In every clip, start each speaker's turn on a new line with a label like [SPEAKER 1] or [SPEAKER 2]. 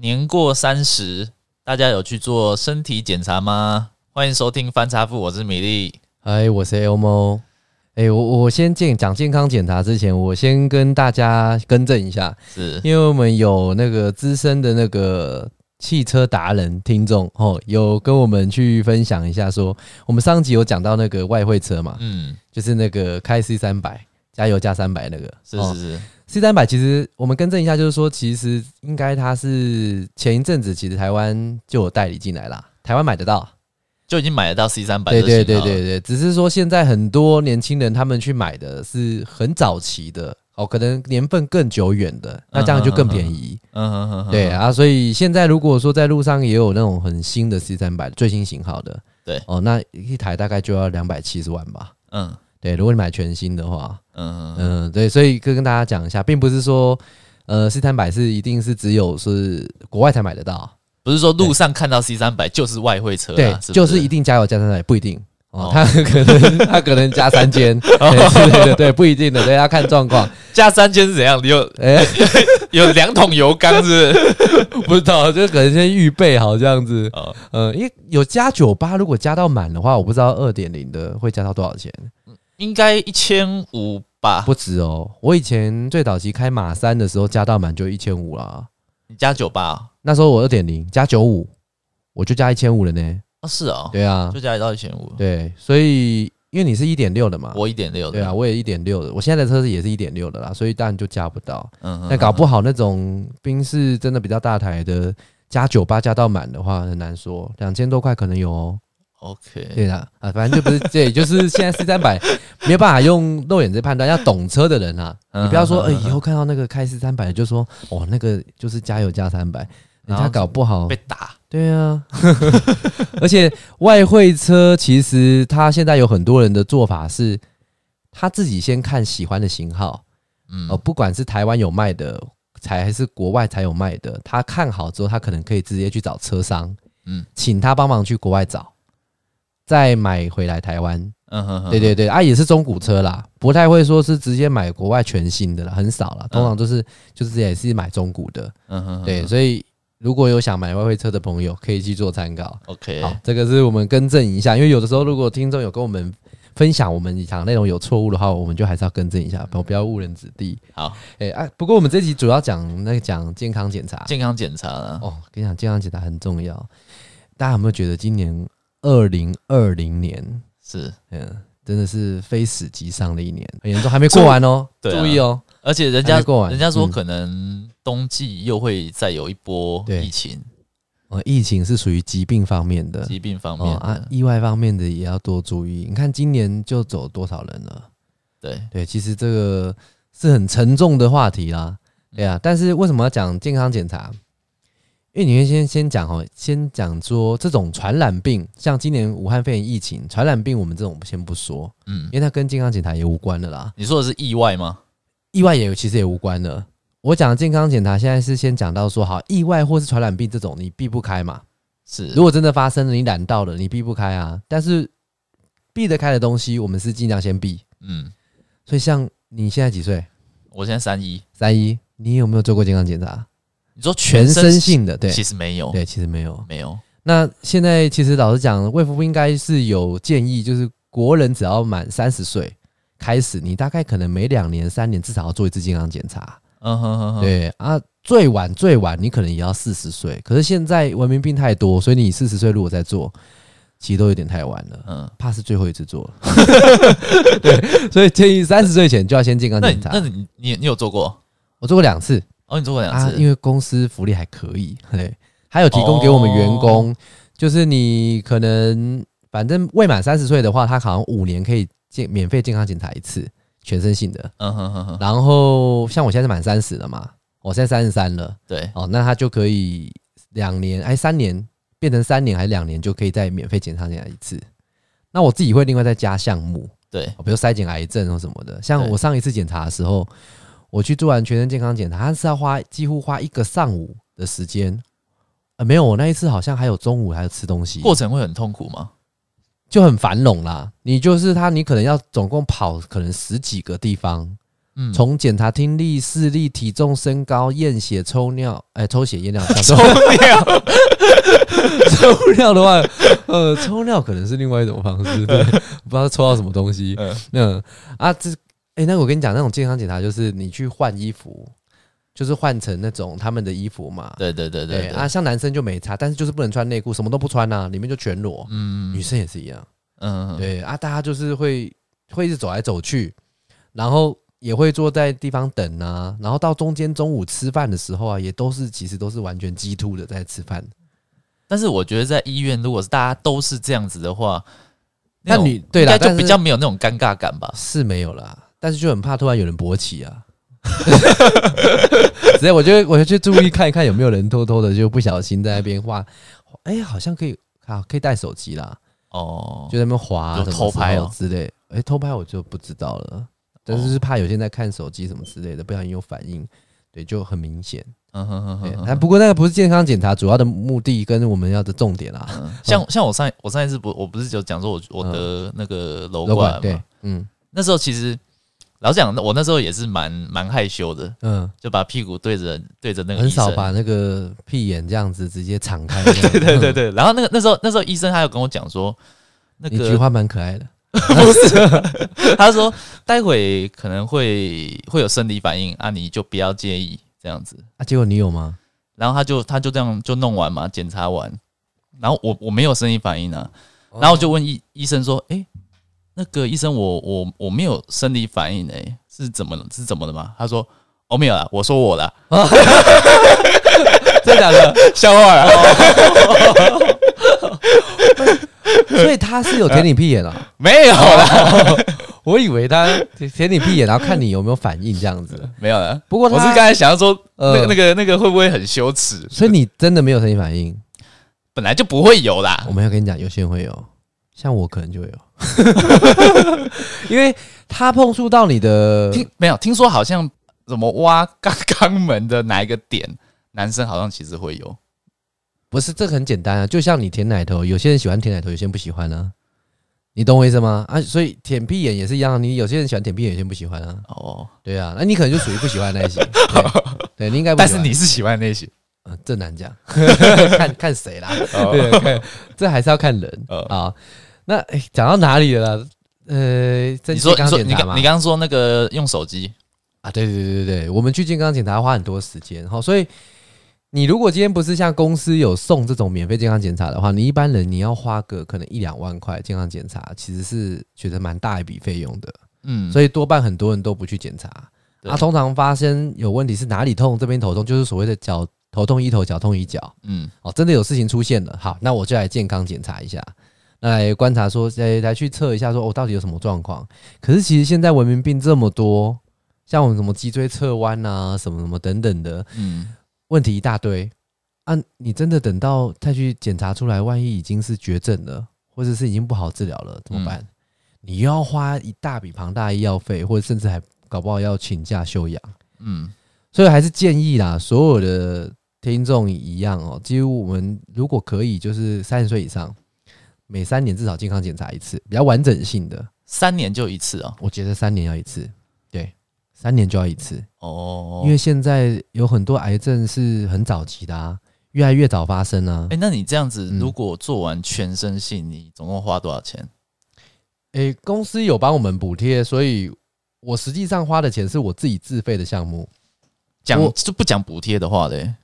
[SPEAKER 1] 年过三十，大家有去做身体检查吗？欢迎收听翻查富，我是米粒。
[SPEAKER 2] 嗨，我是 Elmo。哎、我我先健讲健康检查之前，我先跟大家更正一下，
[SPEAKER 1] 是
[SPEAKER 2] 因为我们有那个资深的那个汽车达人听众哦，有跟我们去分享一下说我们上集有讲到那个外汇车嘛，
[SPEAKER 1] 嗯，
[SPEAKER 2] 就是那个开 C 三百加油加三百那个，哦
[SPEAKER 1] 是是是，
[SPEAKER 2] C 三百其实我们更正一下，就是说，其实应该它是前一阵子其实台湾就有代理进来啦，台湾买得到。
[SPEAKER 1] 就已经买得到 C 三百。
[SPEAKER 2] 对对对对对，只是说现在很多年轻人他们去买的是很早期的哦，可能年份更久远的，那这样就更便宜。
[SPEAKER 1] 嗯哼哼哼，
[SPEAKER 2] 对啊，所以现在如果说在路上也有那种很新的 C 三百最新型号的，
[SPEAKER 1] 对
[SPEAKER 2] 哦，那一台大概就要两百七十万吧。
[SPEAKER 1] 嗯
[SPEAKER 2] 对，如果你买全新的话，
[SPEAKER 1] 嗯嗯，
[SPEAKER 2] 嗯，对，所以跟跟大家讲一下，并不是说，呃，C 三百是一定是只有是国外才买得到，
[SPEAKER 1] 不是说路上看到 C 三百就是外汇车
[SPEAKER 2] 对
[SPEAKER 1] 啦，，不
[SPEAKER 2] 啊就是一定加油加三百，不一定哦
[SPEAKER 1] 哦，
[SPEAKER 2] 他可能他可能加三 千对之类的，对，不一定的，对，要看状况。
[SPEAKER 1] 加三千是怎样？有
[SPEAKER 2] 哎，
[SPEAKER 1] 有两桶油缸是不是？
[SPEAKER 2] 不知道，就可能先预备好这样子。
[SPEAKER 1] 哦，
[SPEAKER 2] 嗯，因为有加九八，如果加到满的话，我不知道二点零的会加到多少钱，
[SPEAKER 1] 应该一千五吧？
[SPEAKER 2] 不止哦。我以前最早期开马三的时候，加到满就一千五啦。
[SPEAKER 1] 你加九八哦
[SPEAKER 2] 那时候我二点零加九五，我就加一千五了呢。
[SPEAKER 1] 哦，是哦，
[SPEAKER 2] 对啊，
[SPEAKER 1] 就加得到一千五。
[SPEAKER 2] 对，所以因为你是一点六的嘛，
[SPEAKER 1] 我一点六的，
[SPEAKER 2] 对啊，我也一点六的，我现在的车子也是一点六的啦，所以当然就加不到。
[SPEAKER 1] 嗯，嗯嗯
[SPEAKER 2] 那搞不好那种宾士真的比较大台的，加九八加到满的话很难说，两千多块可能有哦。
[SPEAKER 1] OK，
[SPEAKER 2] 对啦，啊，反正就不是，对，就是现在 C 三百没有办法用肉眼在判断，要懂车的人啊，
[SPEAKER 1] 嗯
[SPEAKER 2] 你不要说，
[SPEAKER 1] 嗯
[SPEAKER 2] 哎、
[SPEAKER 1] 嗯嗯
[SPEAKER 2] 以后看到那个开 C 三百就说，哦，那个就是加油加三百，人
[SPEAKER 1] 然后
[SPEAKER 2] 家搞不好
[SPEAKER 1] 被打，
[SPEAKER 2] 对啊， 而且外汇车其实它现在有很多人的做法是，他自己先看喜欢的型号，
[SPEAKER 1] 嗯
[SPEAKER 2] 呃，，不管是台湾有卖的，才还是国外才有卖的，他看好之后，他可能可以直接去找车商，
[SPEAKER 1] 嗯
[SPEAKER 2] 嗯，请他帮忙去国外找，再买回来台湾。
[SPEAKER 1] 嗯哼哼，
[SPEAKER 2] 对对对，啊，也是中古车啦，不太会说是直接买国外全新的啦，很少啦，通常都是、就是也是买中古的。
[SPEAKER 1] 嗯哼哼，
[SPEAKER 2] 对，所以如果有想买外汇车的朋友，可以去做参考。
[SPEAKER 1] ，OK，
[SPEAKER 2] 好，这个是我们更正一下，因为有的时候如果听众有跟我们分享我们讲的内容有错误的话，我们就还是要更正一下，不不要误人子弟。
[SPEAKER 1] 好，
[SPEAKER 2] 哎、啊，不过我们这集主要讲那个讲健康检查
[SPEAKER 1] 健康检查啦，
[SPEAKER 2] 哦，跟你讲健康检查很重要。大家有没有觉得今年二零二零年，
[SPEAKER 1] 是，
[SPEAKER 2] 嗯，真的是非死即伤的一年，哎很严重，还没过完哦，
[SPEAKER 1] 对啊
[SPEAKER 2] 注意哦，
[SPEAKER 1] 而且人
[SPEAKER 2] 还
[SPEAKER 1] 家
[SPEAKER 2] 没过完
[SPEAKER 1] 人家说
[SPEAKER 2] 嗯
[SPEAKER 1] 可能冬季又会再有一波
[SPEAKER 2] 对
[SPEAKER 1] 疫情啊
[SPEAKER 2] 呃，疫情是属于疾病方面的，
[SPEAKER 1] 疾病方
[SPEAKER 2] 哦
[SPEAKER 1] 面
[SPEAKER 2] 啊
[SPEAKER 1] 的，，
[SPEAKER 2] 意外方面的也要多注意。你看今年就走多少人了？
[SPEAKER 1] 对，
[SPEAKER 2] 对，其实这个是很沉重的话题啦。对啊，但是为什么要讲健康检查？因为你会先先讲哦，先讲说这种传染病，像今年武汉肺炎疫情，传染病我们这种先不说，
[SPEAKER 1] 嗯
[SPEAKER 2] 因，为它跟健康检查也无关的啦，
[SPEAKER 1] 你说的是意外吗？
[SPEAKER 2] 意外也其实也无关的。我讲的健康检查，现在是先讲到说，好，意外或是传染病这种你避不开嘛，
[SPEAKER 1] 是，
[SPEAKER 2] 如果真的发生了，你懒到了，你避不开啊。但是避得开的东西，我们是尽量先避。
[SPEAKER 1] 嗯，
[SPEAKER 2] 所以像你现在几岁？
[SPEAKER 1] 我现在三一，
[SPEAKER 2] 三一，你有没有做过健康检查？
[SPEAKER 1] 你说
[SPEAKER 2] 全
[SPEAKER 1] 身
[SPEAKER 2] 身性的，对
[SPEAKER 1] 其实没有，
[SPEAKER 2] 对，其实没有。
[SPEAKER 1] 没有，
[SPEAKER 2] 那现在其实老实讲，卫福部应该是有建议，就是国人只要满三十岁开始，你大概可能每两年、三年至少要做一次健康检查。
[SPEAKER 1] 嗯哼哼哼，，
[SPEAKER 2] 对啊，最晚最晚你可能也要四十岁。可是现在文明病太多，所以你四十岁如果再做，其实都有点太晚了。
[SPEAKER 1] 嗯，
[SPEAKER 2] 怕是最后一次做了。 对，所以建议三十岁前就要先健康
[SPEAKER 1] 那你
[SPEAKER 2] 检查
[SPEAKER 1] 那。你你你有做过？
[SPEAKER 2] 我做过两次
[SPEAKER 1] 哦，你做过两
[SPEAKER 2] 啊，
[SPEAKER 1] 次，
[SPEAKER 2] 因为公司福利还可以， 对，还有提供给我们员工，
[SPEAKER 1] 哦
[SPEAKER 2] 就是你可能反正未满三十岁的话，他好像五年可以健免费健康检查一次，全身性的。
[SPEAKER 1] 嗯哼哼哼，
[SPEAKER 2] 然后像我现在是满三十了嘛，我现在三十三了，
[SPEAKER 1] 对，
[SPEAKER 2] 哦，那他就可以两年哎三年变成三年还是两年就可以再免费检查检查一次。那我自己会另外再加项目，
[SPEAKER 1] 对，
[SPEAKER 2] 哦比如筛检癌症或什么的。像
[SPEAKER 1] 对
[SPEAKER 2] 我上一次检查的时候，我去做完全身健康检查，他是要花几乎花一个上午的时间。呃，没有，我那一次好像还有中午还有吃东西，
[SPEAKER 1] 过程会很痛苦吗？
[SPEAKER 2] 就很繁冗啦。你就是他，你可能要总共跑可能十几个地方，
[SPEAKER 1] 嗯，
[SPEAKER 2] 从检查听力、视力、体重、身高、验血、抽尿，哎、抽血、验尿、
[SPEAKER 1] 抽 掉
[SPEAKER 2] 抽尿的话，呃，抽尿可能是另外一种方式，对，不知道抽到什么东西。
[SPEAKER 1] 嗯
[SPEAKER 2] 嗯啊，这哎、那我跟你讲，那种健康检查就是你去换衣服，就是换成那种他们的衣服嘛。
[SPEAKER 1] 对对对对对，
[SPEAKER 2] 啊，像男生就没差，但是就是不能穿内裤，什么都不穿啊，里面就全裸。
[SPEAKER 1] 嗯
[SPEAKER 2] 女生也是一样。
[SPEAKER 1] 嗯，嗯
[SPEAKER 2] 对啊，大家就是会会一直走来走去，然后也会坐在地方等啊，然后到中间中午吃饭的时候啊，也都是其实都是完全鸡突的在吃饭。
[SPEAKER 1] 但是我觉得在医院，如果是大家都是这样子的话，
[SPEAKER 2] 那
[SPEAKER 1] 种
[SPEAKER 2] 你对
[SPEAKER 1] 应
[SPEAKER 2] 啦
[SPEAKER 1] 该就
[SPEAKER 2] 但是
[SPEAKER 1] 比较没有那种尴尬感吧？
[SPEAKER 2] 是没有啦，但是就很怕突然有人勃起啊。 所以我就会我就去注意看一看有没有人偷偷的就不小心在那边画，哎、好像可以啊，可以带手机啦，
[SPEAKER 1] 哦，
[SPEAKER 2] 就在那边滑、啊、
[SPEAKER 1] 有
[SPEAKER 2] 什么
[SPEAKER 1] 偷拍
[SPEAKER 2] 时候
[SPEAKER 1] 哦
[SPEAKER 2] 之类。哎、偷拍我就不知道了，但是是怕有些人在看手机什么之类的，不小心有反应，对，就很明显。
[SPEAKER 1] 嗯哼哼
[SPEAKER 2] 对
[SPEAKER 1] 哼，
[SPEAKER 2] 但
[SPEAKER 1] 哼
[SPEAKER 2] 不过那个不是健康检查主要的目的跟我们要的重点啊。
[SPEAKER 1] 嗯像像我上我上一次不我不是就讲说我我得那个楼管
[SPEAKER 2] 楼管
[SPEAKER 1] 嘛，
[SPEAKER 2] 对，嗯
[SPEAKER 1] 那时候其实老实讲，我那时候也是蛮蛮害羞的，
[SPEAKER 2] 嗯，
[SPEAKER 1] 就把屁股对着对着那个
[SPEAKER 2] 很
[SPEAKER 1] 医生
[SPEAKER 2] 少。把那个屁眼这样子直接敞开这 样。
[SPEAKER 1] 对对对对，然后那个那时候那时候医生他有跟我讲说，那
[SPEAKER 2] 你菊
[SPEAKER 1] 个
[SPEAKER 2] 花蛮可爱的。
[SPEAKER 1] 他说待会可能会会有生理反应啊，你就不要介意这样子。
[SPEAKER 2] 啊，结果你 有吗？
[SPEAKER 1] 然后他就他就这样就弄完嘛，检查完，然后我我没有生理反应啊，然后我就问医医生说，诶，那个医生我我我没有生理反应诶，欸是怎么了是怎么的吗？他说哦没有啦，我说我 啦，
[SPEAKER 2] 真的假的？
[SPEAKER 1] 笑话啊啦，
[SPEAKER 2] 所以他是有舔你屁眼啊？
[SPEAKER 1] 没有啦，
[SPEAKER 2] 我以为他舔你屁眼，然后看你有没有反应这样 子。
[SPEAKER 1] 没有啦。
[SPEAKER 2] 不过
[SPEAKER 1] 我是嗯
[SPEAKER 2] 他
[SPEAKER 1] 刚，才想要说，那
[SPEAKER 2] 呃
[SPEAKER 1] 个那个那个会不会很羞耻？
[SPEAKER 2] 所以你真的没有生理反应。
[SPEAKER 1] 本来就不会有啦
[SPEAKER 2] 我。们要跟你讲，有些人会有，像我可能就有， 因为他碰触到你的
[SPEAKER 1] 听没有听说好像怎么挖肛肛门的哪一个点，男生好像其实会有。
[SPEAKER 2] 不是，这个很简单啊，就像你舔奶头，有些人喜欢舔奶头，有些人不喜欢啊，你懂我意思吗？啊，所以舔屁眼也是一样，你有些人喜欢舔屁眼，有些人不喜欢啊，
[SPEAKER 1] 哦，
[SPEAKER 2] 对啊，那你可能就属于不喜欢的那一些，对对，你应该哎不喜
[SPEAKER 1] 但
[SPEAKER 2] 欢，
[SPEAKER 1] 是你是喜欢那些，
[SPEAKER 2] 呃，这 难讲，看看谁啦，
[SPEAKER 1] 哦、
[SPEAKER 2] 对，看这还是要看人
[SPEAKER 1] 呃
[SPEAKER 2] 啊。那诶讲到哪里了啦？呃，
[SPEAKER 1] 你
[SPEAKER 2] 你
[SPEAKER 1] 说你
[SPEAKER 2] 刚
[SPEAKER 1] 说
[SPEAKER 2] 检
[SPEAKER 1] 你
[SPEAKER 2] 查
[SPEAKER 1] 刚
[SPEAKER 2] 嘛
[SPEAKER 1] 你刚刚说那个用手机，
[SPEAKER 2] 啊，对对对对对，我们去健康检查花很多时间，好，所以你如果今天不是像公司有送这种免费健康检查的话，你一般人你要花个可能一两万块健康检查，其实是觉得蛮大一笔费用的，
[SPEAKER 1] 嗯，
[SPEAKER 2] 所以多半很多人都不去检查。
[SPEAKER 1] 对
[SPEAKER 2] 啊，通常发生有问题是哪里痛，这边头痛，就是所谓的脚头痛医头，脚痛医脚。
[SPEAKER 1] 嗯
[SPEAKER 2] 哦，真的有事情出现了，好，那我就来健康检查一下，那来观察说，来来去测一下说，我、哦、到底有什么状况？可是其实现在文明病这么多，像我们什么脊椎侧弯啊，什么什么等等的
[SPEAKER 1] 嗯，
[SPEAKER 2] 问题一大堆啊，你真的等到再去检查出来，万一已经是绝症了，或者是已经不好治疗了，怎么办？你又要花一大笔庞大的医药费，或者甚至还搞不好要请假休养。
[SPEAKER 1] 嗯
[SPEAKER 2] 所以还是建议啦，所有的听众一样哦，几乎我们如果可以，就是三十岁以上，每三年至少健康检查一次，比较完整性的，
[SPEAKER 1] 三年就一次哦。
[SPEAKER 2] 我觉得三年要一次，对，三年就要一次，
[SPEAKER 1] 哦，
[SPEAKER 2] 因为现在有很多癌症是很早期的啊，越来越早发生啊
[SPEAKER 1] 哎、。那你这样子
[SPEAKER 2] 嗯
[SPEAKER 1] 如果做完全身性，你总共花多少钱？
[SPEAKER 2] 诶、哎公司有帮我们补贴，所以我实际上花的钱是我自己自费的项目，
[SPEAKER 1] 讲
[SPEAKER 2] 我
[SPEAKER 1] 就不讲补贴的话嘞，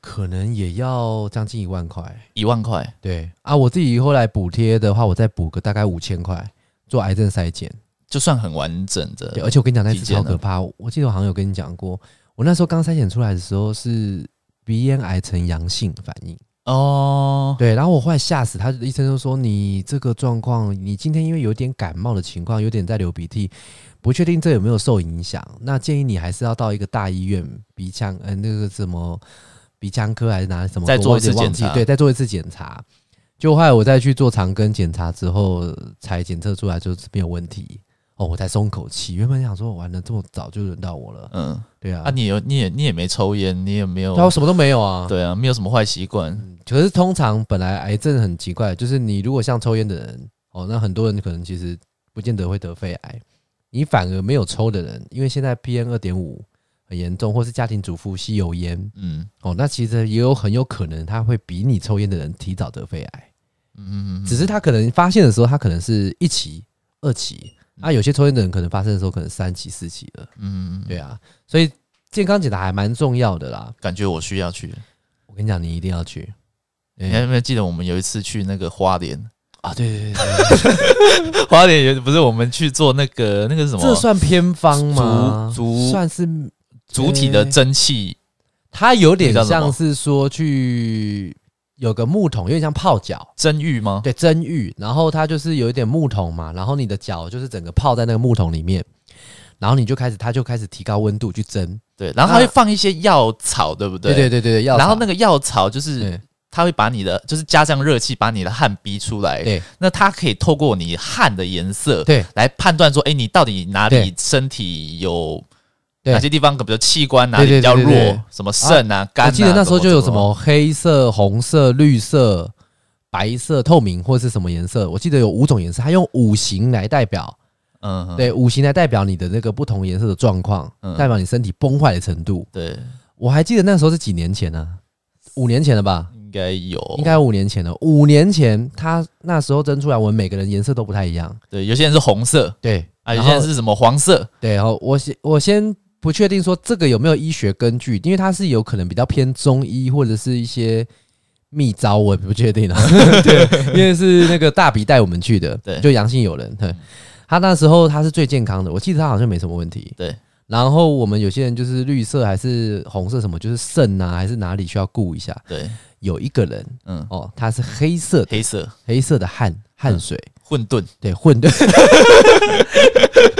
[SPEAKER 2] 可能也要将近一万块。
[SPEAKER 1] 一万块
[SPEAKER 2] 对啊，我自己后来补贴的话，我再补个大概五千块做癌症筛检。
[SPEAKER 1] 就算很完整的。
[SPEAKER 2] 对，而且我跟你讲那次
[SPEAKER 1] 体检
[SPEAKER 2] 超
[SPEAKER 1] 呃呢
[SPEAKER 2] 可怕，我记得我好像有跟你讲过，我那时候刚筛检出来的时候是鼻咽癌呈阳性反应。
[SPEAKER 1] 哦，
[SPEAKER 2] 对，然后我后来吓死，他医生就说你这个状况，你今天因为有点感冒的情况，有点在流鼻涕，不确定这有没有受影响，那建议你还是要到一个大医院鼻腔，呃，那个什么鼻腔科还是哪里什么科，
[SPEAKER 1] 再做
[SPEAKER 2] 我
[SPEAKER 1] 一次
[SPEAKER 2] 有点忘
[SPEAKER 1] 检查
[SPEAKER 2] 记对，再做一次检查。就后来我再去做肠根检查之后，才检测出来就是没有问题。哦，我才松口气。原本想说，完了这么早就轮到我了，
[SPEAKER 1] 嗯，
[SPEAKER 2] 对啊，
[SPEAKER 1] 啊，你有你也你也没抽烟，你也没有
[SPEAKER 2] 对啊，我什么都没有啊。
[SPEAKER 1] 对啊，没有什么坏习惯。
[SPEAKER 2] 可是通常本来癌症很奇怪，就是你如果像抽烟的人，哦，那很多人可能其实不见得会得肺癌，你反而没有抽的人，因为现在 PN 二点五很严重，或是家庭主妇吸油烟
[SPEAKER 1] 嗯
[SPEAKER 2] 哦，那其实也有很有可能他会比你抽烟的人提早得肺癌，
[SPEAKER 1] 嗯嗯嗯
[SPEAKER 2] 只是他可能发现的时候，他可能是一期、二期，啊，有些抽烟的人可能发生的时候可能三期、四期了，
[SPEAKER 1] 嗯，嗯
[SPEAKER 2] 对，啊，所以健康检查还蛮重要的啦。
[SPEAKER 1] 感觉我需要去。
[SPEAKER 2] 我跟你讲，你一定要去。哎
[SPEAKER 1] 你还有没有记得我们有一次去那个花莲？
[SPEAKER 2] 啊，对对对对，
[SPEAKER 1] 花莲也不是我们去做那个那个是什
[SPEAKER 2] 这
[SPEAKER 1] 么
[SPEAKER 2] 算偏方吗？
[SPEAKER 1] 足足
[SPEAKER 2] 算是
[SPEAKER 1] 主体的蒸汽，
[SPEAKER 2] 它有点
[SPEAKER 1] 那叫什么
[SPEAKER 2] 像是说去有个木桶，有点像泡脚，
[SPEAKER 1] 蒸浴吗？
[SPEAKER 2] 对，蒸浴，然后它就是有一点木桶嘛，然后你的脚就是整个泡在那个木桶里面，然后你就开始，它就开始提高温度去蒸，
[SPEAKER 1] 对，然后它会放一些药草，对不对？
[SPEAKER 2] 对对对对对，要
[SPEAKER 1] 然后
[SPEAKER 2] 炒
[SPEAKER 1] 那个药草就是
[SPEAKER 2] 对
[SPEAKER 1] 它会把你的，就是加上热气，把你的汗逼出来。
[SPEAKER 2] 对
[SPEAKER 1] 那它可以透过你汗的颜色，
[SPEAKER 2] 对
[SPEAKER 1] 来判断说，哎，你到底哪里
[SPEAKER 2] 对
[SPEAKER 1] 身体有
[SPEAKER 2] 对
[SPEAKER 1] 哪些地方，比如器官哪里
[SPEAKER 2] 对对
[SPEAKER 1] 比较
[SPEAKER 2] 对
[SPEAKER 1] 弱
[SPEAKER 2] 对对，
[SPEAKER 1] 什么肾啊、肝啊。
[SPEAKER 2] 我记得那时候
[SPEAKER 1] 怎
[SPEAKER 2] 就有什
[SPEAKER 1] 怎
[SPEAKER 2] 么黑色、红色、绿色、白色、透明或是什么颜色，我记得有五种颜色，它用五行来代表。
[SPEAKER 1] 嗯对
[SPEAKER 2] 对，五行来代表你的那个不同颜色的状况，
[SPEAKER 1] 嗯
[SPEAKER 2] 代表你身体崩坏的程度。
[SPEAKER 1] 对，
[SPEAKER 2] 我还记得那时候是几年前呢、五年前了吧？
[SPEAKER 1] 应该有，
[SPEAKER 2] 应该有五年前了。五年前他那时候蒸出来，我们每个人颜色都不太一样。
[SPEAKER 1] 对，有些人是红色
[SPEAKER 2] 对，
[SPEAKER 1] 啊，有
[SPEAKER 2] 然
[SPEAKER 1] 些人
[SPEAKER 2] 后
[SPEAKER 1] 是什么黄色，
[SPEAKER 2] 对，然后我先我先不确定说这个有没有医学根据，因为它是有可能比较偏中医或者是一些秘招，我也不确定啊。 对，因为是那个大鼻带我们去的，
[SPEAKER 1] 对
[SPEAKER 2] 就阳性友人，对，他那时候他是最健康的，我记得他好像没什么问题。
[SPEAKER 1] 对，
[SPEAKER 2] 然后我们有些人就是绿色还是红色什么，就是肾啊还是哪里需要顾一下。
[SPEAKER 1] 对，
[SPEAKER 2] 有一个人
[SPEAKER 1] 嗯，
[SPEAKER 2] 哦，他是黑色的
[SPEAKER 1] 黑色
[SPEAKER 2] 黑色的汗汗水，
[SPEAKER 1] 混沌，
[SPEAKER 2] 对混沌，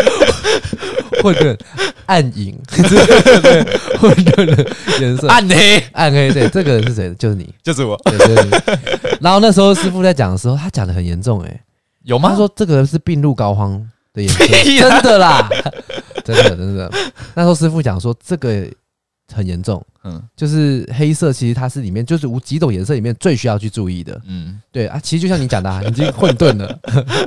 [SPEAKER 2] 混沌暗影， 对混沌的颜色
[SPEAKER 1] 暗黑
[SPEAKER 2] 暗黑。对，这个人是谁？ 就是你。
[SPEAKER 1] 就是我，
[SPEAKER 2] 对对对。然后那时候师傅在讲的时候，他讲的很严重、欸，
[SPEAKER 1] 有吗？
[SPEAKER 2] 他说这个人是病入膏肓的颜色，
[SPEAKER 1] 屁啦
[SPEAKER 2] 真的啦，真的真的。那时候师傅讲说这个很严重。
[SPEAKER 1] 嗯
[SPEAKER 2] 就是黑色，其实它是里面就是五几种颜色里面最需要去注意的。
[SPEAKER 1] 嗯，
[SPEAKER 2] 对啊，其实就像你讲的、啊，已经混沌了，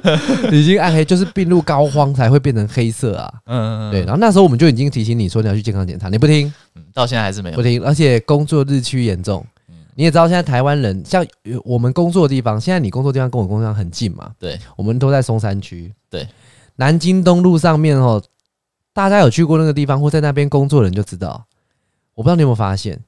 [SPEAKER 2] 已经暗黑，就是病入膏肓才会变成黑色啊。
[SPEAKER 1] 嗯，
[SPEAKER 2] 对，
[SPEAKER 1] 嗯
[SPEAKER 2] 然后那时候我们就已经提醒你说你要去健康检查，你不听，
[SPEAKER 1] 嗯到现在还是没有
[SPEAKER 2] 不，听，而且工作日趋严重。
[SPEAKER 1] 嗯
[SPEAKER 2] 你也知道，现在台湾人像呃我们工作的地方，现在你工作地方跟我工作地方很近嘛，
[SPEAKER 1] 对，
[SPEAKER 2] 我们都在松山区，
[SPEAKER 1] 对，
[SPEAKER 2] 南京东路上面哦，大家有去过那个地方或在那边工作的人就知道，我不知道你有没有发现，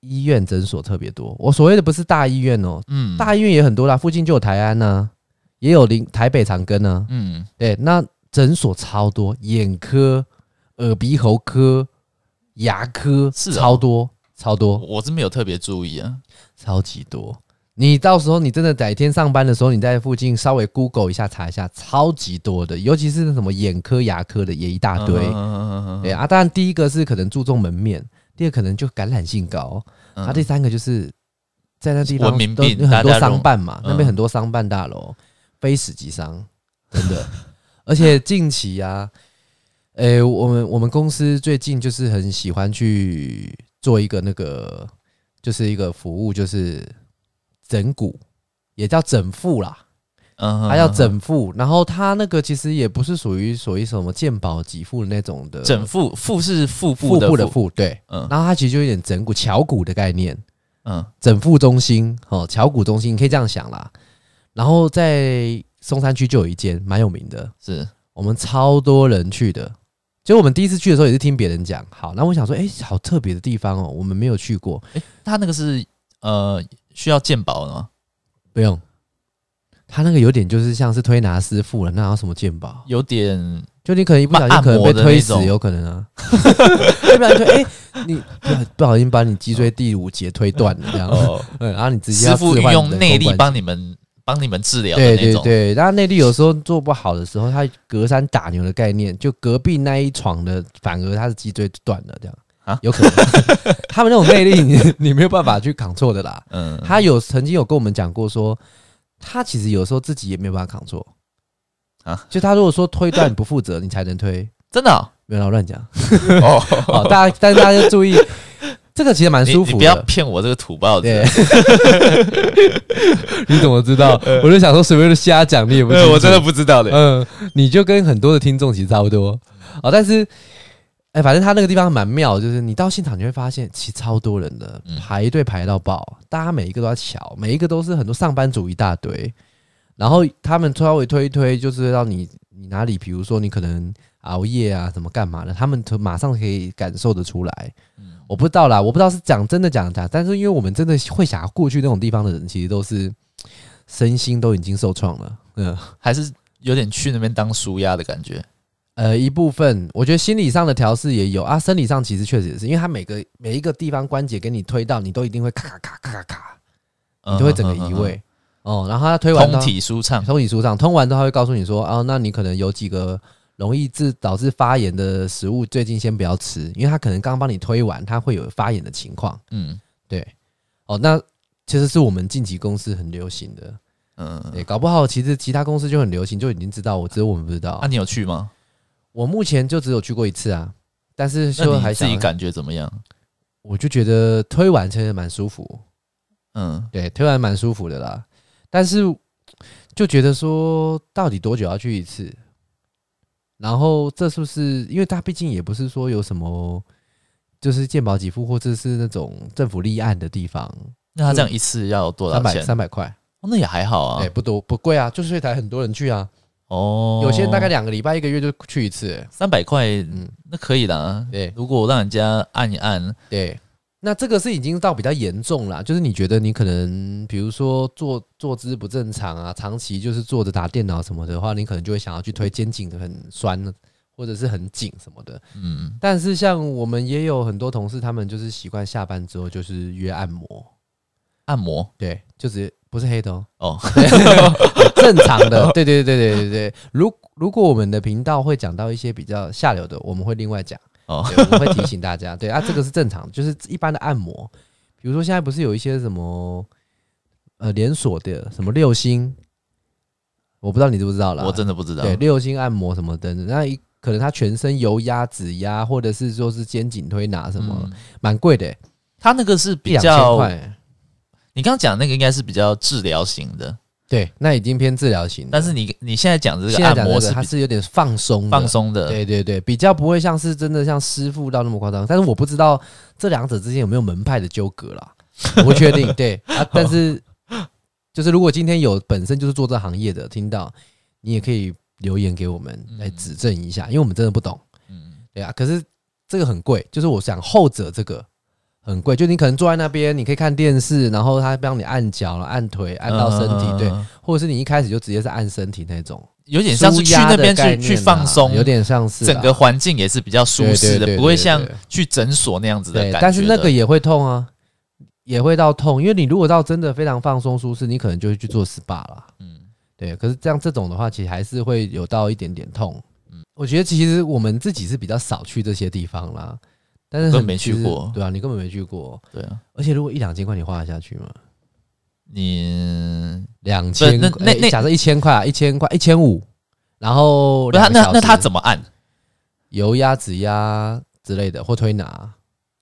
[SPEAKER 2] 医院诊所特别多。我所谓的不是大医院哦，
[SPEAKER 1] 嗯，
[SPEAKER 2] 大医院也很多啦，附近就有台安呐、也有林台北长庚呐、
[SPEAKER 1] 嗯，
[SPEAKER 2] 对，那诊所超多，眼科、耳鼻喉科、牙科
[SPEAKER 1] 是哦
[SPEAKER 2] 超多超
[SPEAKER 1] 我
[SPEAKER 2] 多
[SPEAKER 1] 我是没有特别注意啊，
[SPEAKER 2] 超级多。你到时候你真的改天上班的时候，你在附近稍微 Google 一下查一下，超级多的，尤其是那什么眼科、牙科的也一大堆。
[SPEAKER 1] 嗯嗯嗯嗯
[SPEAKER 2] 啊对啊，当然第一个是可能注重门面，第二可能就感染性高，
[SPEAKER 1] 嗯
[SPEAKER 2] 啊，第三个就是在那地方
[SPEAKER 1] 文明
[SPEAKER 2] 都
[SPEAKER 1] 病
[SPEAKER 2] 有很多
[SPEAKER 1] 大家容
[SPEAKER 2] 商办嘛，
[SPEAKER 1] 嗯
[SPEAKER 2] 那边很多商办大楼，非死即伤， 真的。而且近期啊，诶、我们我们公司最近就是很喜欢去做一个那个，就是一个服务，就是整骨，也叫整复啦。
[SPEAKER 1] 嗯
[SPEAKER 2] 它叫
[SPEAKER 1] 整
[SPEAKER 2] 整复，然后它那个其实也不是属于属于什么健保给付的那种的
[SPEAKER 1] 整腹腹是腹部
[SPEAKER 2] 腹
[SPEAKER 1] 的
[SPEAKER 2] 部的，腹，对。
[SPEAKER 1] 嗯
[SPEAKER 2] 然后它其实就有点整骨、巧骨的概念，
[SPEAKER 1] 嗯
[SPEAKER 2] 整复中心哦，巧骨中心，你可以这样想啦。然后在松山区就有一间蛮有名的，
[SPEAKER 1] 是，
[SPEAKER 2] 我们超多人去的。就我们第一次去的时候也是听别人讲，好，那我想说，哎、好特别的地方哦，我们没有去过，
[SPEAKER 1] 它那个是呃需要健保的吗？
[SPEAKER 2] 不用。他那个有点就是像是推拿师傅了，那有什么鉴宝？
[SPEAKER 1] 有 点
[SPEAKER 2] 就你可能一不小
[SPEAKER 1] 按
[SPEAKER 2] 心可能
[SPEAKER 1] 摩
[SPEAKER 2] 被
[SPEAKER 1] 的
[SPEAKER 2] 推
[SPEAKER 1] 那
[SPEAKER 2] 死，
[SPEAKER 1] 种
[SPEAKER 2] 有可能啊。 要不然就哎、你不小不小心把你脊椎第五节推断了这样，
[SPEAKER 1] 哦，
[SPEAKER 2] 对，然后你直接
[SPEAKER 1] 师
[SPEAKER 2] 要
[SPEAKER 1] 傅
[SPEAKER 2] 置
[SPEAKER 1] 运
[SPEAKER 2] 换你
[SPEAKER 1] 用
[SPEAKER 2] 的
[SPEAKER 1] 内
[SPEAKER 2] 公
[SPEAKER 1] 力
[SPEAKER 2] 关
[SPEAKER 1] 帮你们帮你们治疗的
[SPEAKER 2] 对
[SPEAKER 1] 那
[SPEAKER 2] 对
[SPEAKER 1] 种，
[SPEAKER 2] 对，然后内地有时候做不好的时候，他隔山打牛的概念，就隔壁那一床的，反而他的脊椎断了，这样
[SPEAKER 1] 啊
[SPEAKER 2] 有可能。 他们那种内力你，你没有办法去扛错的啦。
[SPEAKER 1] 嗯，
[SPEAKER 2] 他有曾经有跟我们讲过说，他其实有时候自己也没有办法扛错
[SPEAKER 1] 啊。
[SPEAKER 2] 就他如果说推断不负责，你才能推，
[SPEAKER 1] 真的哦
[SPEAKER 2] 没有啦我乱讲。
[SPEAKER 1] 哦，
[SPEAKER 2] 好，大家，但是大家要注意，这个其实蛮
[SPEAKER 1] 你
[SPEAKER 2] 舒服
[SPEAKER 1] 你
[SPEAKER 2] 的。
[SPEAKER 1] 不要骗我这个土包子。
[SPEAKER 2] 对， 你怎么知道？我就想说随便就瞎讲，你也不清
[SPEAKER 1] 对，
[SPEAKER 2] 楚
[SPEAKER 1] 呃我真的不知道的。
[SPEAKER 2] 嗯，你就跟很多的听众其实差不多哦，但是。哎、反正他那个地方蛮妙的，就是你到现场你会发现，其实超多人的，
[SPEAKER 1] 嗯
[SPEAKER 2] 排队排到爆，大家每一个都要抢，每一个都是很多上班族一大堆，然后他们稍微推一推，就是让你你哪里，比如说你可能熬夜啊，怎么干嘛的，他们就马上可以感受得出来。
[SPEAKER 1] 嗯
[SPEAKER 2] 我不知道啦，我不知道是讲真的讲假，但是因为我们真的会想要过去那种地方的人，其实都是身心都已经受创了，嗯。
[SPEAKER 1] 还是有点去那边当舒压的感觉。
[SPEAKER 2] 呃，一部分我觉得心理上的调试也有啊，生理上其实确实也是，因为它每个每一个地方关节给你推到，你都一定会咔咔咔咔咔咔，你都会整个移位、哦。然后它推
[SPEAKER 1] 嗯，嗯嗯
[SPEAKER 2] 完
[SPEAKER 1] 通
[SPEAKER 2] 到
[SPEAKER 1] 体舒畅。
[SPEAKER 2] 通体舒畅，通完之后它会告诉你说，哦，那你可能有几个容易致导致发炎的食物，最近先不要吃，因为它可能刚帮你推完，它会有发炎的情况。
[SPEAKER 1] 嗯
[SPEAKER 2] 对，哦，那其实是我们晋级公司很流行的，
[SPEAKER 1] 嗯，嗯
[SPEAKER 2] 对，搞不好其实其他公司就很流行，就已经知道，我只有我们不知道。
[SPEAKER 1] 啊，你有去吗？
[SPEAKER 2] 我目前就只有去过一次啊，但是
[SPEAKER 1] 那
[SPEAKER 2] 就还
[SPEAKER 1] 你自己
[SPEAKER 2] 想啊
[SPEAKER 1] 感觉怎么样？
[SPEAKER 2] 我就觉得推完真的蛮舒服，
[SPEAKER 1] 嗯，
[SPEAKER 2] 对，推完蛮舒服的啦。但是就觉得说，到底多久要去一次？然后这是不是因为它毕竟也不是说有什么，就是健保给付或者是那种政府立案的地方，
[SPEAKER 1] 那他这样一次要多少
[SPEAKER 2] 三百
[SPEAKER 1] 钱？
[SPEAKER 2] 三百块，
[SPEAKER 1] 哦那也还好
[SPEAKER 2] 哎、
[SPEAKER 1] 啊。
[SPEAKER 2] 不多不贵啊，就是所以才很多人去啊，
[SPEAKER 1] 哦，
[SPEAKER 2] 有些人大概两个礼拜一个月就去一次、哎
[SPEAKER 1] 三百块，
[SPEAKER 2] 嗯
[SPEAKER 1] 那可以啦。
[SPEAKER 2] 对
[SPEAKER 1] 如果我让人家按一按，
[SPEAKER 2] 对，那这个是已经到比较严重啦，就是你觉得你可能，比如说坐坐姿不正常啊，长期就是坐着打电脑什么的话，你可能就会想要去推肩颈很酸，或者是很紧什么的。
[SPEAKER 1] 嗯，
[SPEAKER 2] 但是像我们也有很多同事，他们就是习惯下班之后就是约按摩，
[SPEAKER 1] 按摩
[SPEAKER 2] 对，就直接不是黑的哦，
[SPEAKER 1] 哦，
[SPEAKER 2] 正常的，对对对对对对对。如如果我们的频道会讲到一些比较下流的，我们会另外讲。
[SPEAKER 1] 哦
[SPEAKER 2] 对，我们会提醒大家，对啊，这个是正常的，就是一般的按摩，比如说现在不是有一些什么呃连锁的什么六星，我不知道你知不知道啦，
[SPEAKER 1] 我真的不知道。
[SPEAKER 2] 对六星按摩什么等等，那一可能他全身油压、指压，或者是说是肩颈推拿什么，
[SPEAKER 1] 嗯？
[SPEAKER 2] 蛮贵的、
[SPEAKER 1] 他那个是
[SPEAKER 2] 一
[SPEAKER 1] 比
[SPEAKER 2] 两千
[SPEAKER 1] 较，
[SPEAKER 2] 块。
[SPEAKER 1] 你刚刚讲那个应该是比较治疗型的，
[SPEAKER 2] 对，那已经偏治疗型的，
[SPEAKER 1] 但是你你现在讲的这
[SPEAKER 2] 现
[SPEAKER 1] 个
[SPEAKER 2] 在
[SPEAKER 1] 按
[SPEAKER 2] 讲这
[SPEAKER 1] 摩
[SPEAKER 2] 个
[SPEAKER 1] 是
[SPEAKER 2] 它
[SPEAKER 1] 比
[SPEAKER 2] 是有点放松的，
[SPEAKER 1] 放松的，
[SPEAKER 2] 对对对，比较不会像是真的像师傅到那么夸张，但是我不知道这两者之间有没有门派的纠葛啦， 我不确定。对啊，但是就是如果今天有本身就是做这行业的，听到你也可以留言给我们来指正一下，因为我们真的不懂。
[SPEAKER 1] 嗯，
[SPEAKER 2] 对啊，可是这个很贵，就是我想后者这个很贵，就你可能坐在那边，你可以看电视，然后他帮你按脚、按腿、按到身体，对，
[SPEAKER 1] 嗯
[SPEAKER 2] 或者是你一开始就直接是按身体那种。
[SPEAKER 1] 有点像是去那边
[SPEAKER 2] 舒压的概
[SPEAKER 1] 去
[SPEAKER 2] 念
[SPEAKER 1] 去
[SPEAKER 2] 啦
[SPEAKER 1] 放松，
[SPEAKER 2] 有点像是啦啊
[SPEAKER 1] 整个环境也是比较舒适
[SPEAKER 2] 对对对
[SPEAKER 1] 的，
[SPEAKER 2] 对
[SPEAKER 1] 不会像
[SPEAKER 2] 对对
[SPEAKER 1] 去诊所那样子的
[SPEAKER 2] 对
[SPEAKER 1] 感觉，的。
[SPEAKER 2] 但是那个也会痛啊，也会到痛，因为你如果到真的非常放松舒适，你可能就会去做 SPA 啦。
[SPEAKER 1] 嗯
[SPEAKER 2] 对，可是这样这种的话，其实还是会有到一点点痛。
[SPEAKER 1] 嗯
[SPEAKER 2] 我觉得其实我们自己是比较少去这些地方啦，但是
[SPEAKER 1] 我根本
[SPEAKER 2] 很
[SPEAKER 1] 没去
[SPEAKER 2] 其实
[SPEAKER 1] 过
[SPEAKER 2] 对啊，你根本没去过，
[SPEAKER 1] 对啊，
[SPEAKER 2] 而且如果一两千块你花得下去吗？
[SPEAKER 1] 你
[SPEAKER 2] 两千
[SPEAKER 1] 那那
[SPEAKER 2] 块，
[SPEAKER 1] 那
[SPEAKER 2] 哎假设一千块啊，一千块，一千五，然后
[SPEAKER 1] 不是他
[SPEAKER 2] 两个
[SPEAKER 1] 那
[SPEAKER 2] 小
[SPEAKER 1] 那他
[SPEAKER 2] 时
[SPEAKER 1] 怎么按？
[SPEAKER 2] 油压、指压之类的，或推拿，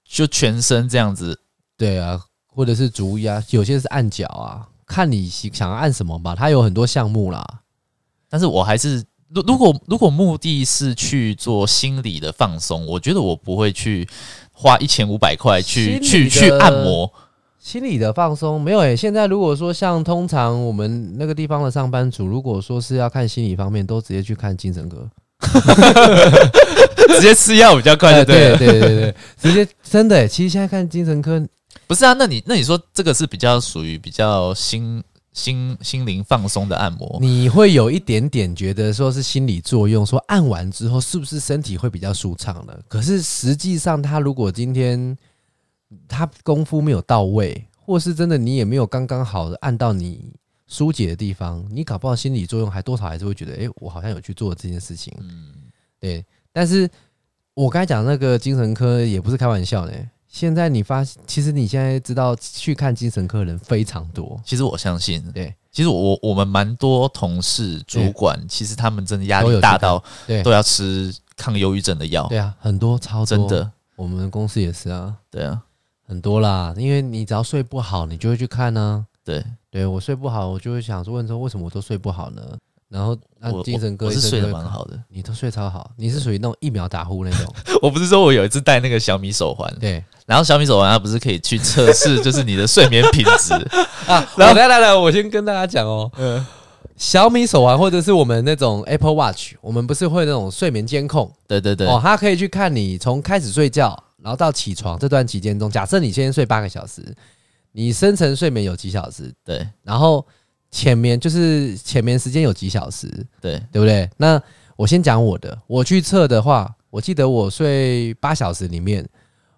[SPEAKER 1] 就全身这样子，
[SPEAKER 2] 对啊，或者是足压，有些是按脚啊，看你喜想要按什么吧。它有很多项目啦，
[SPEAKER 1] 但是我还是。如如果如果目的是去做心理的放松，我觉得我不会去花一千五百块去
[SPEAKER 2] 心理
[SPEAKER 1] 去
[SPEAKER 2] 的
[SPEAKER 1] 去按摩，
[SPEAKER 2] 心理的放松没有诶、欸现在如果说像通常我们那个地方的上班族，如果说是要看心理方面，都直接去看精神科。
[SPEAKER 1] 直接吃药比较快，
[SPEAKER 2] 呃
[SPEAKER 1] 对不对
[SPEAKER 2] 对
[SPEAKER 1] 了？
[SPEAKER 2] 对对对，直接真的、欸。其实现在看精神科，
[SPEAKER 1] 不是啊，那你那你说这个是比较属于比较心心心灵放松的按摩，
[SPEAKER 2] 你会有一点点觉得说是心理作用，说按完之后是不是身体会比较舒畅了？可是实际上，他如果今天他功夫没有到位，或是真的你也没有刚刚好的按到你疏解的地方，你搞不好心理作用还多少还是会觉得，诶，我好像有去做这件事情。
[SPEAKER 1] 嗯，
[SPEAKER 2] 对，但是我刚才讲那个精神科也不是开玩笑的、现在你发，其实你现在知道去看精神科的人非常多，
[SPEAKER 1] 其实我相信，
[SPEAKER 2] 对
[SPEAKER 1] 其实我我们蛮多同事、主管，其实他们真的压
[SPEAKER 2] 都有
[SPEAKER 1] 力
[SPEAKER 2] 去
[SPEAKER 1] 大到
[SPEAKER 2] 对
[SPEAKER 1] 都要吃抗忧郁症的药，
[SPEAKER 2] 对啊，很多超多
[SPEAKER 1] 真的，
[SPEAKER 2] 我们公司也是啊，
[SPEAKER 1] 对啊，
[SPEAKER 2] 很多啦，因为你只要睡不好，你就会去看呢、
[SPEAKER 1] 对，
[SPEAKER 2] 对我睡不好，我就会想说，问说为什么我都睡不好呢？然后那、
[SPEAKER 1] 我
[SPEAKER 2] 精神
[SPEAKER 1] 我
[SPEAKER 2] 科
[SPEAKER 1] 我
[SPEAKER 2] 医
[SPEAKER 1] 是
[SPEAKER 2] 生
[SPEAKER 1] 睡
[SPEAKER 2] 就
[SPEAKER 1] 得
[SPEAKER 2] 会
[SPEAKER 1] 蛮
[SPEAKER 2] 看，
[SPEAKER 1] 好的。
[SPEAKER 2] 你都睡超好，你是属于那种一秒打呼那 种。
[SPEAKER 1] 我不是说我有一次戴那个小米手环，
[SPEAKER 2] 对
[SPEAKER 1] 然后小米手环它不是可以去测试，就是你的睡眠品质。
[SPEAKER 2] 啊，
[SPEAKER 1] 然后
[SPEAKER 2] 来来来，我先跟大家讲哦，
[SPEAKER 1] 嗯，
[SPEAKER 2] 小米手环或者是我们那种 Apple Watch，我们不是会那种睡眠监控
[SPEAKER 1] 对对对，
[SPEAKER 2] 哦，它可以去看你从开始睡觉，然后到起床这段期间中，假设你先睡八个小时，你深层睡眠有几小时，
[SPEAKER 1] 对
[SPEAKER 2] 然后浅眠就是浅眠时间有几小时，
[SPEAKER 1] 对，
[SPEAKER 2] 对不对？那我先讲我的，我去测的话，我记得我睡八小时里面，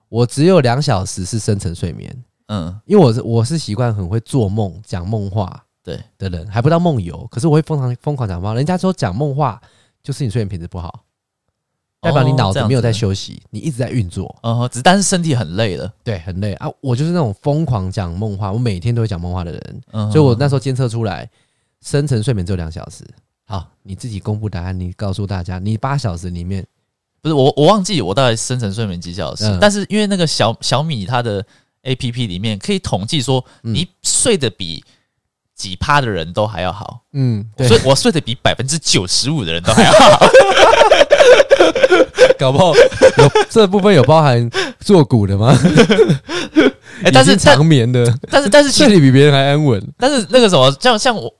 [SPEAKER 2] 我只有两小时是深层睡眠，
[SPEAKER 1] 嗯，
[SPEAKER 2] 因为我是我是习惯很会做梦、讲梦话
[SPEAKER 1] 对
[SPEAKER 2] 的人，还不到梦游，可是我会疯狂疯狂讲梦话。人家说讲梦话就是你睡眠品质不好，代表你
[SPEAKER 1] 哦
[SPEAKER 2] 脑
[SPEAKER 1] 这
[SPEAKER 2] 子
[SPEAKER 1] 样
[SPEAKER 2] 没有
[SPEAKER 1] 子
[SPEAKER 2] 在休息，你一直在运作，
[SPEAKER 1] 哦，只但是身体很累了，
[SPEAKER 2] 对，很累啊。我就是那种疯狂讲梦话，我每天都会讲梦话的人，
[SPEAKER 1] 嗯，
[SPEAKER 2] 所以我那时候监测出来深层睡眠只有两小时。好，你自己公布答案，你告诉大家，你八小时里面
[SPEAKER 1] 不是我我忘记我到底深层睡眠几小时，
[SPEAKER 2] 嗯
[SPEAKER 1] 但是因为那个小小米它的 A P P 里面可以统计说
[SPEAKER 2] 嗯
[SPEAKER 1] 你睡得比几趴的人都还要好，
[SPEAKER 2] 嗯，对
[SPEAKER 1] 所，以我睡得比百分之九十五的人都还要 好。
[SPEAKER 2] 搞不好有这部分有包含做股 的吗？
[SPEAKER 1] 哎、但
[SPEAKER 2] 已
[SPEAKER 1] 是
[SPEAKER 2] 经
[SPEAKER 1] 但
[SPEAKER 2] 长眠 的，
[SPEAKER 1] 但是但是其
[SPEAKER 2] 睡
[SPEAKER 1] 实
[SPEAKER 2] 得比别人还安稳。
[SPEAKER 1] 但是那个什么，像像我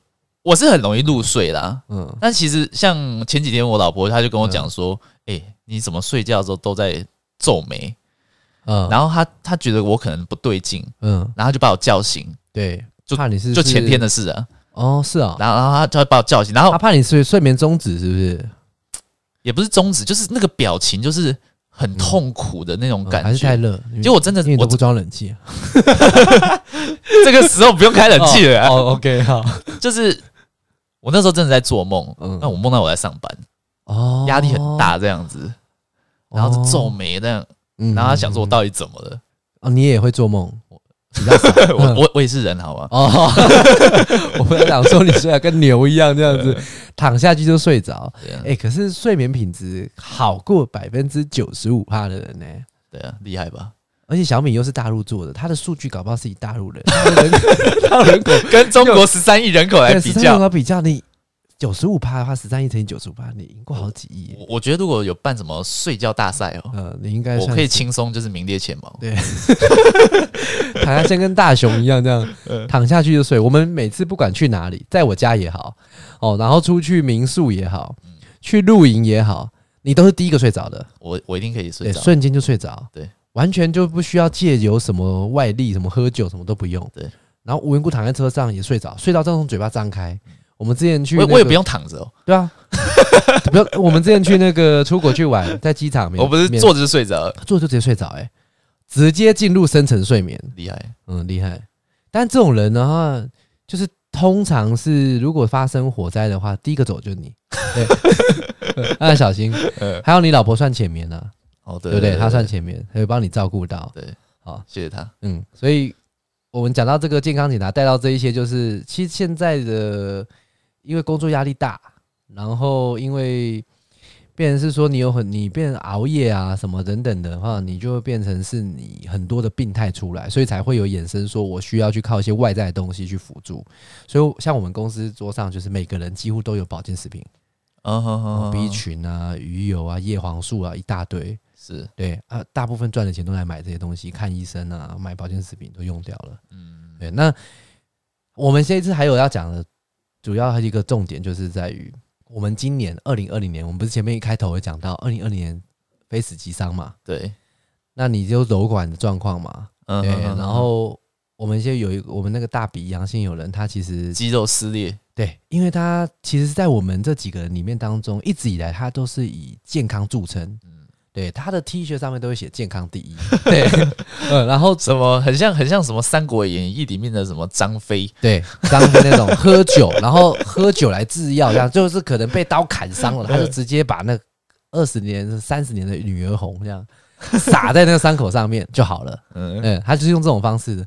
[SPEAKER 1] 我是很容易入睡啦，
[SPEAKER 2] 嗯，
[SPEAKER 1] 但其实像前几天我老婆她就跟我讲说，哎、你怎么睡觉的时候都在皱眉？
[SPEAKER 2] 嗯
[SPEAKER 1] 然后她她觉得我可能不对劲，
[SPEAKER 2] 嗯，
[SPEAKER 1] 然后她就把我叫醒，
[SPEAKER 2] 对，
[SPEAKER 1] 就
[SPEAKER 2] 怕你是
[SPEAKER 1] 就前天
[SPEAKER 2] 的
[SPEAKER 1] 的事啊，
[SPEAKER 2] 哦，是啊、
[SPEAKER 1] 然后然后她就把我叫醒，然后
[SPEAKER 2] 他怕你睡睡眠终止是不是？
[SPEAKER 1] 也不是终止，就是那个表情就是很痛苦的那种
[SPEAKER 2] 嗯
[SPEAKER 1] 感
[SPEAKER 2] 还是太
[SPEAKER 1] 觉。
[SPEAKER 2] 热？
[SPEAKER 1] 结果我真的
[SPEAKER 2] 因为你
[SPEAKER 1] 我
[SPEAKER 2] 都不装冷气， 啊
[SPEAKER 1] 这个时候不用开冷气了啊、
[SPEAKER 2] 哦，OK，好，
[SPEAKER 1] 就是我那时候真的在做梦，
[SPEAKER 2] 嗯
[SPEAKER 1] 那我梦到我在上班，
[SPEAKER 2] 哦，
[SPEAKER 1] 压力很，大这样子，然后就皱眉这样，
[SPEAKER 2] 嗯
[SPEAKER 1] 然后他想说我到底怎么了？
[SPEAKER 2] 哦，你也会做梦，比较少
[SPEAKER 1] 我我我也是人好吗？
[SPEAKER 2] 哦， 我们想说你睡得跟牛一哦样这样子，躺下去就睡着。
[SPEAKER 1] 对啊
[SPEAKER 2] 哎、可是睡眠品质好过百分之九十五趴的人呢、
[SPEAKER 1] 对啊，厉害吧？
[SPEAKER 2] 而且小米又是大陆做的，它的数据搞不好是以大陆 人，它的人口它的人口
[SPEAKER 1] 跟中国十三亿人口来
[SPEAKER 2] 对
[SPEAKER 1] 比
[SPEAKER 2] 13人
[SPEAKER 1] 较，
[SPEAKER 2] 口比较，你九十五趴的话，十三亿乘以九十五趴，你赢过好几亿耶。
[SPEAKER 1] 我我觉得如果有办什么睡觉大赛哦，
[SPEAKER 2] 呃，你应该
[SPEAKER 1] 我
[SPEAKER 2] 算
[SPEAKER 1] 可以
[SPEAKER 2] 是
[SPEAKER 1] 轻松就是名列前茅。
[SPEAKER 2] 躺下先跟大雄一样这 样、
[SPEAKER 1] 嗯
[SPEAKER 2] 躺下去就睡。我们每次不管去哪里，在我家也好，哦，然后出去民宿也好，
[SPEAKER 1] 嗯
[SPEAKER 2] 去露营也好，你都是第一个睡着的，
[SPEAKER 1] 我我一定可以睡
[SPEAKER 2] 对，
[SPEAKER 1] 着。
[SPEAKER 2] 瞬间就睡着，
[SPEAKER 1] 对，
[SPEAKER 2] 完全就不需要借由什么外力，什么喝酒，什么都不用，
[SPEAKER 1] 对。
[SPEAKER 2] 然后无缘故躺在车上也睡着，睡到这种嘴巴张开。我们之前去、
[SPEAKER 1] 嗯我
[SPEAKER 2] 那
[SPEAKER 1] 我也
[SPEAKER 2] 个
[SPEAKER 1] 不用躺着哦，
[SPEAKER 2] 对啊， 不要。我们之前去那个出国去玩，在机场，免
[SPEAKER 1] 我不是
[SPEAKER 2] 免
[SPEAKER 1] 坐着就睡着了，
[SPEAKER 2] 坐就直接睡着，哎，直接进入深层睡眠，
[SPEAKER 1] 厉害。
[SPEAKER 2] 嗯，厉害。但这种人的话，就是通常是如果发生火灾的话，第一个走就是你，对， 那要小心。
[SPEAKER 1] 呃，
[SPEAKER 2] 还有你老婆算前面啊，
[SPEAKER 1] 哦对
[SPEAKER 2] 对不对？她算前面，她会帮你照顾到。
[SPEAKER 1] 对，
[SPEAKER 2] 好，
[SPEAKER 1] 谢谢他。
[SPEAKER 2] 嗯，所以我们讲到这个健康检查，带到这一些，就是其实现在的因为工作压力大，然后因为变成是说你有很你变成熬夜啊什么等等的话，你就会变成是你很多的病态出来，所以才会有衍生说我需要去靠一些外在的东西去辅助。所以像我们公司桌上就是每个人几乎都有保健食品，
[SPEAKER 1] 哦好好好
[SPEAKER 2] B 群啊、鱼油啊、叶黄素啊一大堆。
[SPEAKER 1] 是
[SPEAKER 2] 对啊，大部分赚的钱都来买这些东西，看医生啊，买保健食品都用掉了。
[SPEAKER 1] 嗯
[SPEAKER 2] 对，那我们这一次还有要讲的，主要还有一个重点就是在于我们今年二零二零年，我们不是前面一开头有讲到二零二零年非死即伤嘛，
[SPEAKER 1] 对，
[SPEAKER 2] 那你就柔管的状况嘛，
[SPEAKER 1] 嗯
[SPEAKER 2] 对，
[SPEAKER 1] 哼哼哼
[SPEAKER 2] 然后我们现在有一个我们那个大鼻阳性友人，他其实
[SPEAKER 1] 肌肉撕裂，
[SPEAKER 2] 对，因为他其实，在我们这几个人里面当中，一直以来他都是以健康著称，
[SPEAKER 1] 嗯
[SPEAKER 2] 对，他的 T 恤上面都会写健康第一， 对，呃，然后
[SPEAKER 1] 什么很像很像什么《三国演义》里面的什么张飞，
[SPEAKER 2] 对，张飞那种喝酒，然后喝酒来制药，这样就是可能被刀砍伤了，他就直接把那二十年、三十年的女儿红这样撒在那个伤口上面就好了。
[SPEAKER 1] 嗯
[SPEAKER 2] 嗯，他就是用这种方式的。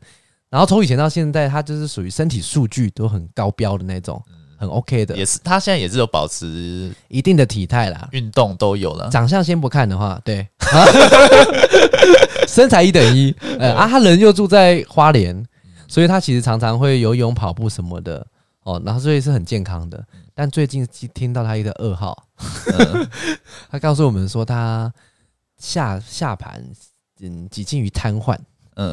[SPEAKER 2] 然后从以前到现在，他就是属于身体数据都很高标的那种。很 OK 的
[SPEAKER 1] 也，是他现在也是有保持
[SPEAKER 2] 一定的体态啦。
[SPEAKER 1] 运动都有 了，
[SPEAKER 2] 长相先不看的 话，对，身材一等 一。呃啊，他人又住在花莲，所以他其实常常会游泳、跑步什么的哦，然后所以是很健康的。但最近听到他一个噩耗，
[SPEAKER 1] 嗯
[SPEAKER 2] 他告诉我们说他下下盘嗯几近于瘫痪，
[SPEAKER 1] 嗯，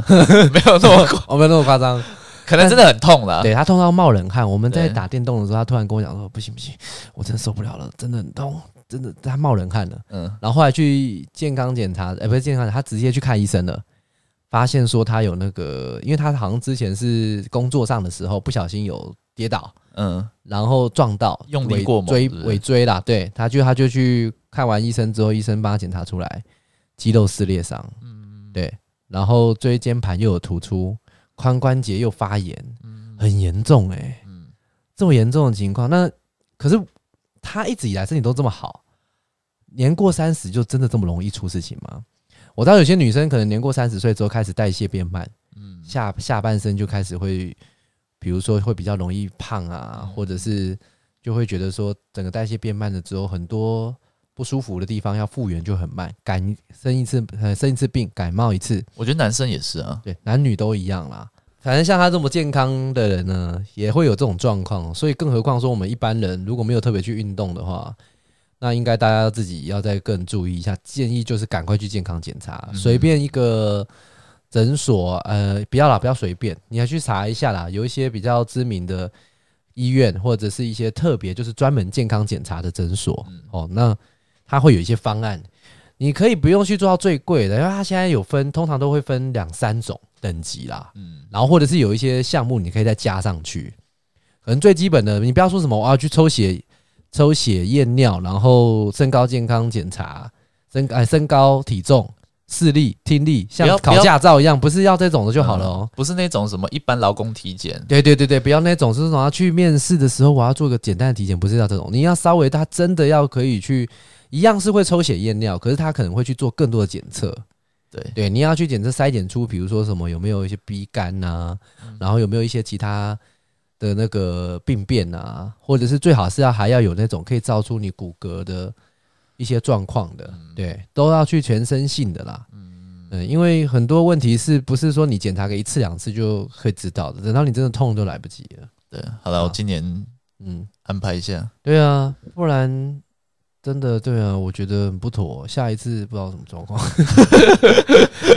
[SPEAKER 1] 没有那么，
[SPEAKER 2] 哦，没有那么夸张。
[SPEAKER 1] 可能真的很痛啦。
[SPEAKER 2] 对他痛到冒冷汗。我们在
[SPEAKER 1] 对
[SPEAKER 2] 打电动的时候，他突然跟我讲说：“不行不行，我真的受不了了，真的很痛，真的他冒冷汗了。”
[SPEAKER 1] 嗯，
[SPEAKER 2] 然后后来去健康检查，哎、不是健康检查，他直接去看医生了，发现说他有那个，因为他好像之前是工作上的时候不小心有跌倒，
[SPEAKER 1] 嗯
[SPEAKER 2] 然后撞到
[SPEAKER 1] 用力
[SPEAKER 2] 尾
[SPEAKER 1] 过猛
[SPEAKER 2] 椎
[SPEAKER 1] 是不是
[SPEAKER 2] 尾椎啦，对，他就他就去看完医生之后，医生帮他检查出来肌肉撕裂伤，嗯，对，然后椎间盘又有突出，髋关节又发炎，很严重哎、
[SPEAKER 1] 嗯
[SPEAKER 2] 这么严重的情况，那可是他一直以来身体都这么好，年过三十就真的这么容易出事情吗？我知道有些女生可能年过三十岁之后开始代谢变慢，
[SPEAKER 1] 嗯，
[SPEAKER 2] 下下半身就开始会，比如说会比较容易胖啊，或者是就会觉得说整个代谢变慢了之后，很多不舒服的地方要复原就很慢，感生一次呃生一次病，感冒一次，
[SPEAKER 1] 我觉得男生也是啊，
[SPEAKER 2] 对，男女都一样啦。反正像他这么健康的人呢，也会有这种状况，所以更何况说我们一般人如果没有特别去运动的话，那应该大家自己要再更注意一下。建议就是赶快去健康检查，
[SPEAKER 1] 嗯
[SPEAKER 2] 随便一个诊所，呃，不要啦，不要随便，你要去查一下啦。有一些比较知名的医院或者是一些特别就是专门健康检查的诊所，哦，那它会有一些方案，你可以不用去做到最贵的，因为它现在有分，通常都会分两三种等级啦。
[SPEAKER 1] 嗯，
[SPEAKER 2] 然后或者是有一些项目你可以再加上去，可能最基本的，你不要说什么我要去抽血、抽血验尿，然后身高健康检查、身哎身高体重、视力、听力，
[SPEAKER 1] 不
[SPEAKER 2] 像
[SPEAKER 1] 要嗯
[SPEAKER 2] 考
[SPEAKER 1] 不要
[SPEAKER 2] 驾照一样，不是要这种的就好了哦。
[SPEAKER 1] 不是那种什么一般劳工体检，
[SPEAKER 2] 对对对对，不要那种，就是说要去面试的时候，我要做个简单的体检，不是要这种。你要稍微，他真的要可以去，一样是会抽血验尿，可是他可能会去做更多的检测。
[SPEAKER 1] 对，
[SPEAKER 2] 对，你要去检测筛检出，比如说什么有没有一些 B 肝呐、然后有没有一些其他的那个病变啊，或者是最好是要还要有那种可以照出你骨骼的一些状况的，对，都要去全身性的啦。嗯，因为很多问题是不是说你检查个一次两次就可以知道的？等到你真的痛都来不及了。
[SPEAKER 1] 对，好了，我今年
[SPEAKER 2] 嗯，
[SPEAKER 1] 安排一下，
[SPEAKER 2] 对啊，不然真的对啊，我觉得很不妥。下一次不知道什么状 况，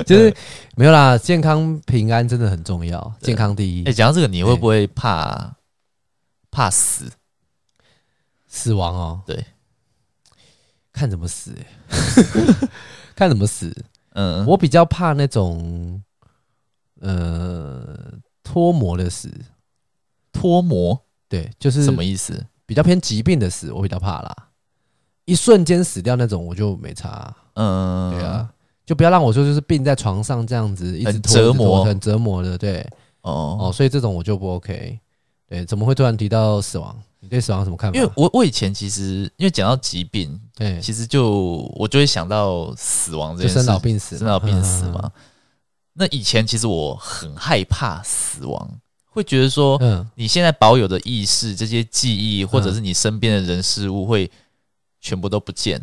[SPEAKER 2] 就是没有啦。健康平安真的很重要，
[SPEAKER 1] 对
[SPEAKER 2] 健康第一。
[SPEAKER 1] 哎，讲到这个，你会不会怕怕死？
[SPEAKER 2] 死亡哦，
[SPEAKER 1] 对，
[SPEAKER 2] 看怎么死、 欸看怎么死。
[SPEAKER 1] 嗯，
[SPEAKER 2] 我比较怕那种呃脱模的死，
[SPEAKER 1] 脱模
[SPEAKER 2] 对，就是
[SPEAKER 1] 什么意思？
[SPEAKER 2] 比较偏疾病的死，我比较怕啦。一瞬间死掉那种，我就没差、
[SPEAKER 1] 嗯，
[SPEAKER 2] 对啊，，就不要让我说就是病在床上这样子，一直
[SPEAKER 1] 很
[SPEAKER 2] 拖
[SPEAKER 1] 折
[SPEAKER 2] 一直拖
[SPEAKER 1] 磨
[SPEAKER 2] 很折磨的，对，哦，
[SPEAKER 1] 哦，
[SPEAKER 2] 所以这种我就不 OK。对，怎么会突然提到死亡？你对死亡有什么看法？
[SPEAKER 1] 因为我我以前其实因为讲到疾病，
[SPEAKER 2] 对，
[SPEAKER 1] 其实就我就会想到死亡这
[SPEAKER 2] 就
[SPEAKER 1] 件事
[SPEAKER 2] 生
[SPEAKER 1] 情
[SPEAKER 2] 老，病死嘛，
[SPEAKER 1] 生老病死
[SPEAKER 2] 嗯
[SPEAKER 1] 嘛。那以前其实我很害怕死亡，会觉得说
[SPEAKER 2] 嗯，
[SPEAKER 1] 你现在保有的意识、这些记忆，或者是你身边的人事物，会全部都不见。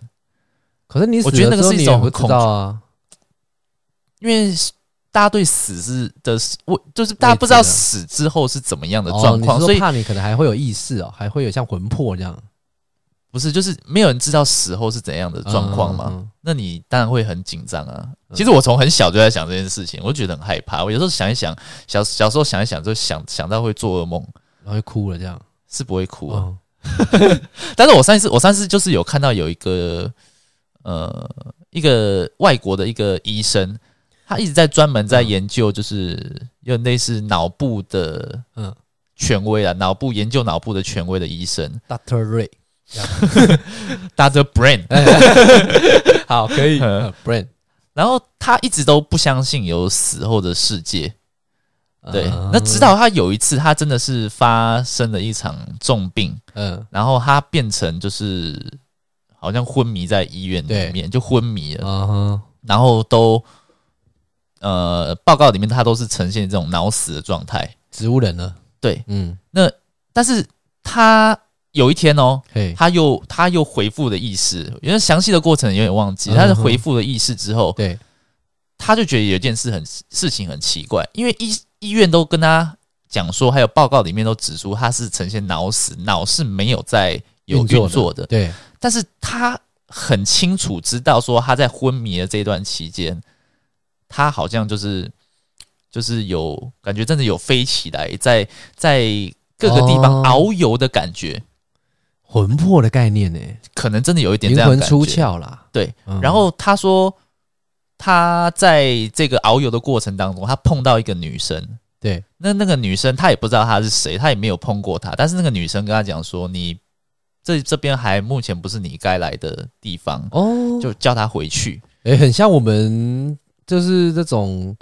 [SPEAKER 2] 可是你死
[SPEAKER 1] 我觉得那
[SPEAKER 2] 了
[SPEAKER 1] 个
[SPEAKER 2] 之后
[SPEAKER 1] 是一
[SPEAKER 2] 你
[SPEAKER 1] 种
[SPEAKER 2] 也不
[SPEAKER 1] 恐
[SPEAKER 2] 知道啊，
[SPEAKER 1] 因为大家对死是的，我就是大家不知道
[SPEAKER 2] 未知的
[SPEAKER 1] 死之后是怎么样的
[SPEAKER 2] 哦
[SPEAKER 1] 状况，
[SPEAKER 2] 你是
[SPEAKER 1] 所
[SPEAKER 2] 说
[SPEAKER 1] 以
[SPEAKER 2] 怕你可能还会有意识哦，还会有像魂魄这样
[SPEAKER 1] 不是就是没有人知道死后是怎样的状况嘛。
[SPEAKER 2] 嗯嗯嗯
[SPEAKER 1] 那你当然会很紧张啊。其实我从很小就在想这件事情，我就觉得很害怕。我有时候想一想，小小时候想一想，就想想到会做噩梦，
[SPEAKER 2] 然后就哭了这样。
[SPEAKER 1] 是不会哭、啊。
[SPEAKER 2] 嗯
[SPEAKER 1] 但是我上一次，我上次就是有看到有一个呃一个外国的一个医生，他一直在专门在研究，就是有点类似脑部的
[SPEAKER 2] 嗯
[SPEAKER 1] 权威啊，脑部研究脑部的权威的医 生
[SPEAKER 2] ，Doctor Ray，
[SPEAKER 1] ，Dr. Brain。
[SPEAKER 2] 好，可 以
[SPEAKER 1] 嗯
[SPEAKER 2] b r a n
[SPEAKER 1] 然后他一直都不相信有死后的世界， 对。
[SPEAKER 2] 嗯
[SPEAKER 1] 那直到他有一次，他真的是发生了一场重病，
[SPEAKER 2] 嗯
[SPEAKER 1] 然后他变成就是好像昏迷在医院里面，就昏迷了。
[SPEAKER 2] 嗯哼
[SPEAKER 1] 然后都呃报告里面它都是呈现这种脑死的状态。
[SPEAKER 2] 植物人呢？
[SPEAKER 1] 对，
[SPEAKER 2] 嗯
[SPEAKER 1] 但是他有一天哦，
[SPEAKER 2] 嘿，
[SPEAKER 1] 他又他又回复了意识，因为详细的过程有点忘记，
[SPEAKER 2] 嗯
[SPEAKER 1] 他是回复了意识之后，
[SPEAKER 2] 对，
[SPEAKER 1] 他就觉得有一件事很事情很奇怪，因为医医院都跟他讲说，还有报告里面都指出他是呈现脑死，脑是没有在有
[SPEAKER 2] 运作的
[SPEAKER 1] 运作的，
[SPEAKER 2] 对，
[SPEAKER 1] 但是他很清楚知道说他在昏迷的这一段期间，他好像就是就是有感觉，真的有飞起来，在在各个地
[SPEAKER 2] 哦
[SPEAKER 1] 方遨游的感觉，
[SPEAKER 2] 魂魄的概念呢，
[SPEAKER 1] 可能真的有一点
[SPEAKER 2] 灵
[SPEAKER 1] 这样的
[SPEAKER 2] 魂
[SPEAKER 1] 感
[SPEAKER 2] 出
[SPEAKER 1] 觉。
[SPEAKER 2] 窍啦。
[SPEAKER 1] 对
[SPEAKER 2] 嗯，
[SPEAKER 1] 然后他说，他在这个遨游的过程当中，他碰到一个女生。
[SPEAKER 2] 对，
[SPEAKER 1] 那那个女生她也不知道她是谁，她也没有碰过她，但是那个女生跟他讲说：“你这这边还目前不是你该来的地方，
[SPEAKER 2] 哦，
[SPEAKER 1] 就叫她回去。”
[SPEAKER 2] 哎、很像我们就是这种，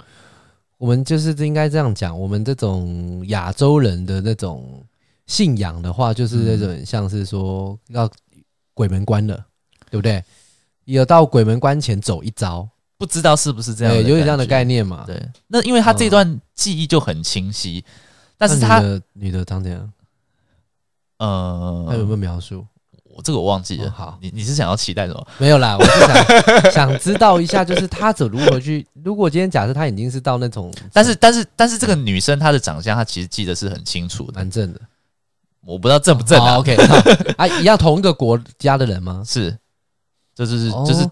[SPEAKER 2] 我们就是应该这样讲，我们这种亚洲人的那种信仰的话，就是
[SPEAKER 1] 嗯
[SPEAKER 2] 那种像是说要鬼门关了，对不对？有到鬼门关前走一遭，
[SPEAKER 1] 不知道是不是这样，
[SPEAKER 2] 对，有点这样的概
[SPEAKER 1] 念。
[SPEAKER 2] 念嘛。
[SPEAKER 1] 对，那因为他这段记忆就很清晰，但是
[SPEAKER 2] 那
[SPEAKER 1] 他
[SPEAKER 2] 女的女的长怎样？她有没
[SPEAKER 1] 呃，
[SPEAKER 2] 有描述？
[SPEAKER 1] 我这个我忘记了。
[SPEAKER 2] 哦好
[SPEAKER 1] 你你是想要期待什么？
[SPEAKER 2] 没有啦，我是想 想知道一下，就是她走如何去。如果今天假设她已经是到那种
[SPEAKER 1] 但是但是但是这个女生她的长相，她其实记得是很清楚的。
[SPEAKER 2] 蛮正的，
[SPEAKER 1] 我不知道正不正
[SPEAKER 2] 好
[SPEAKER 1] 啊？
[SPEAKER 2] 哦，OK，好 啊，一样同一个国家的人吗？
[SPEAKER 1] 是，就是
[SPEAKER 2] 哦
[SPEAKER 1] 就是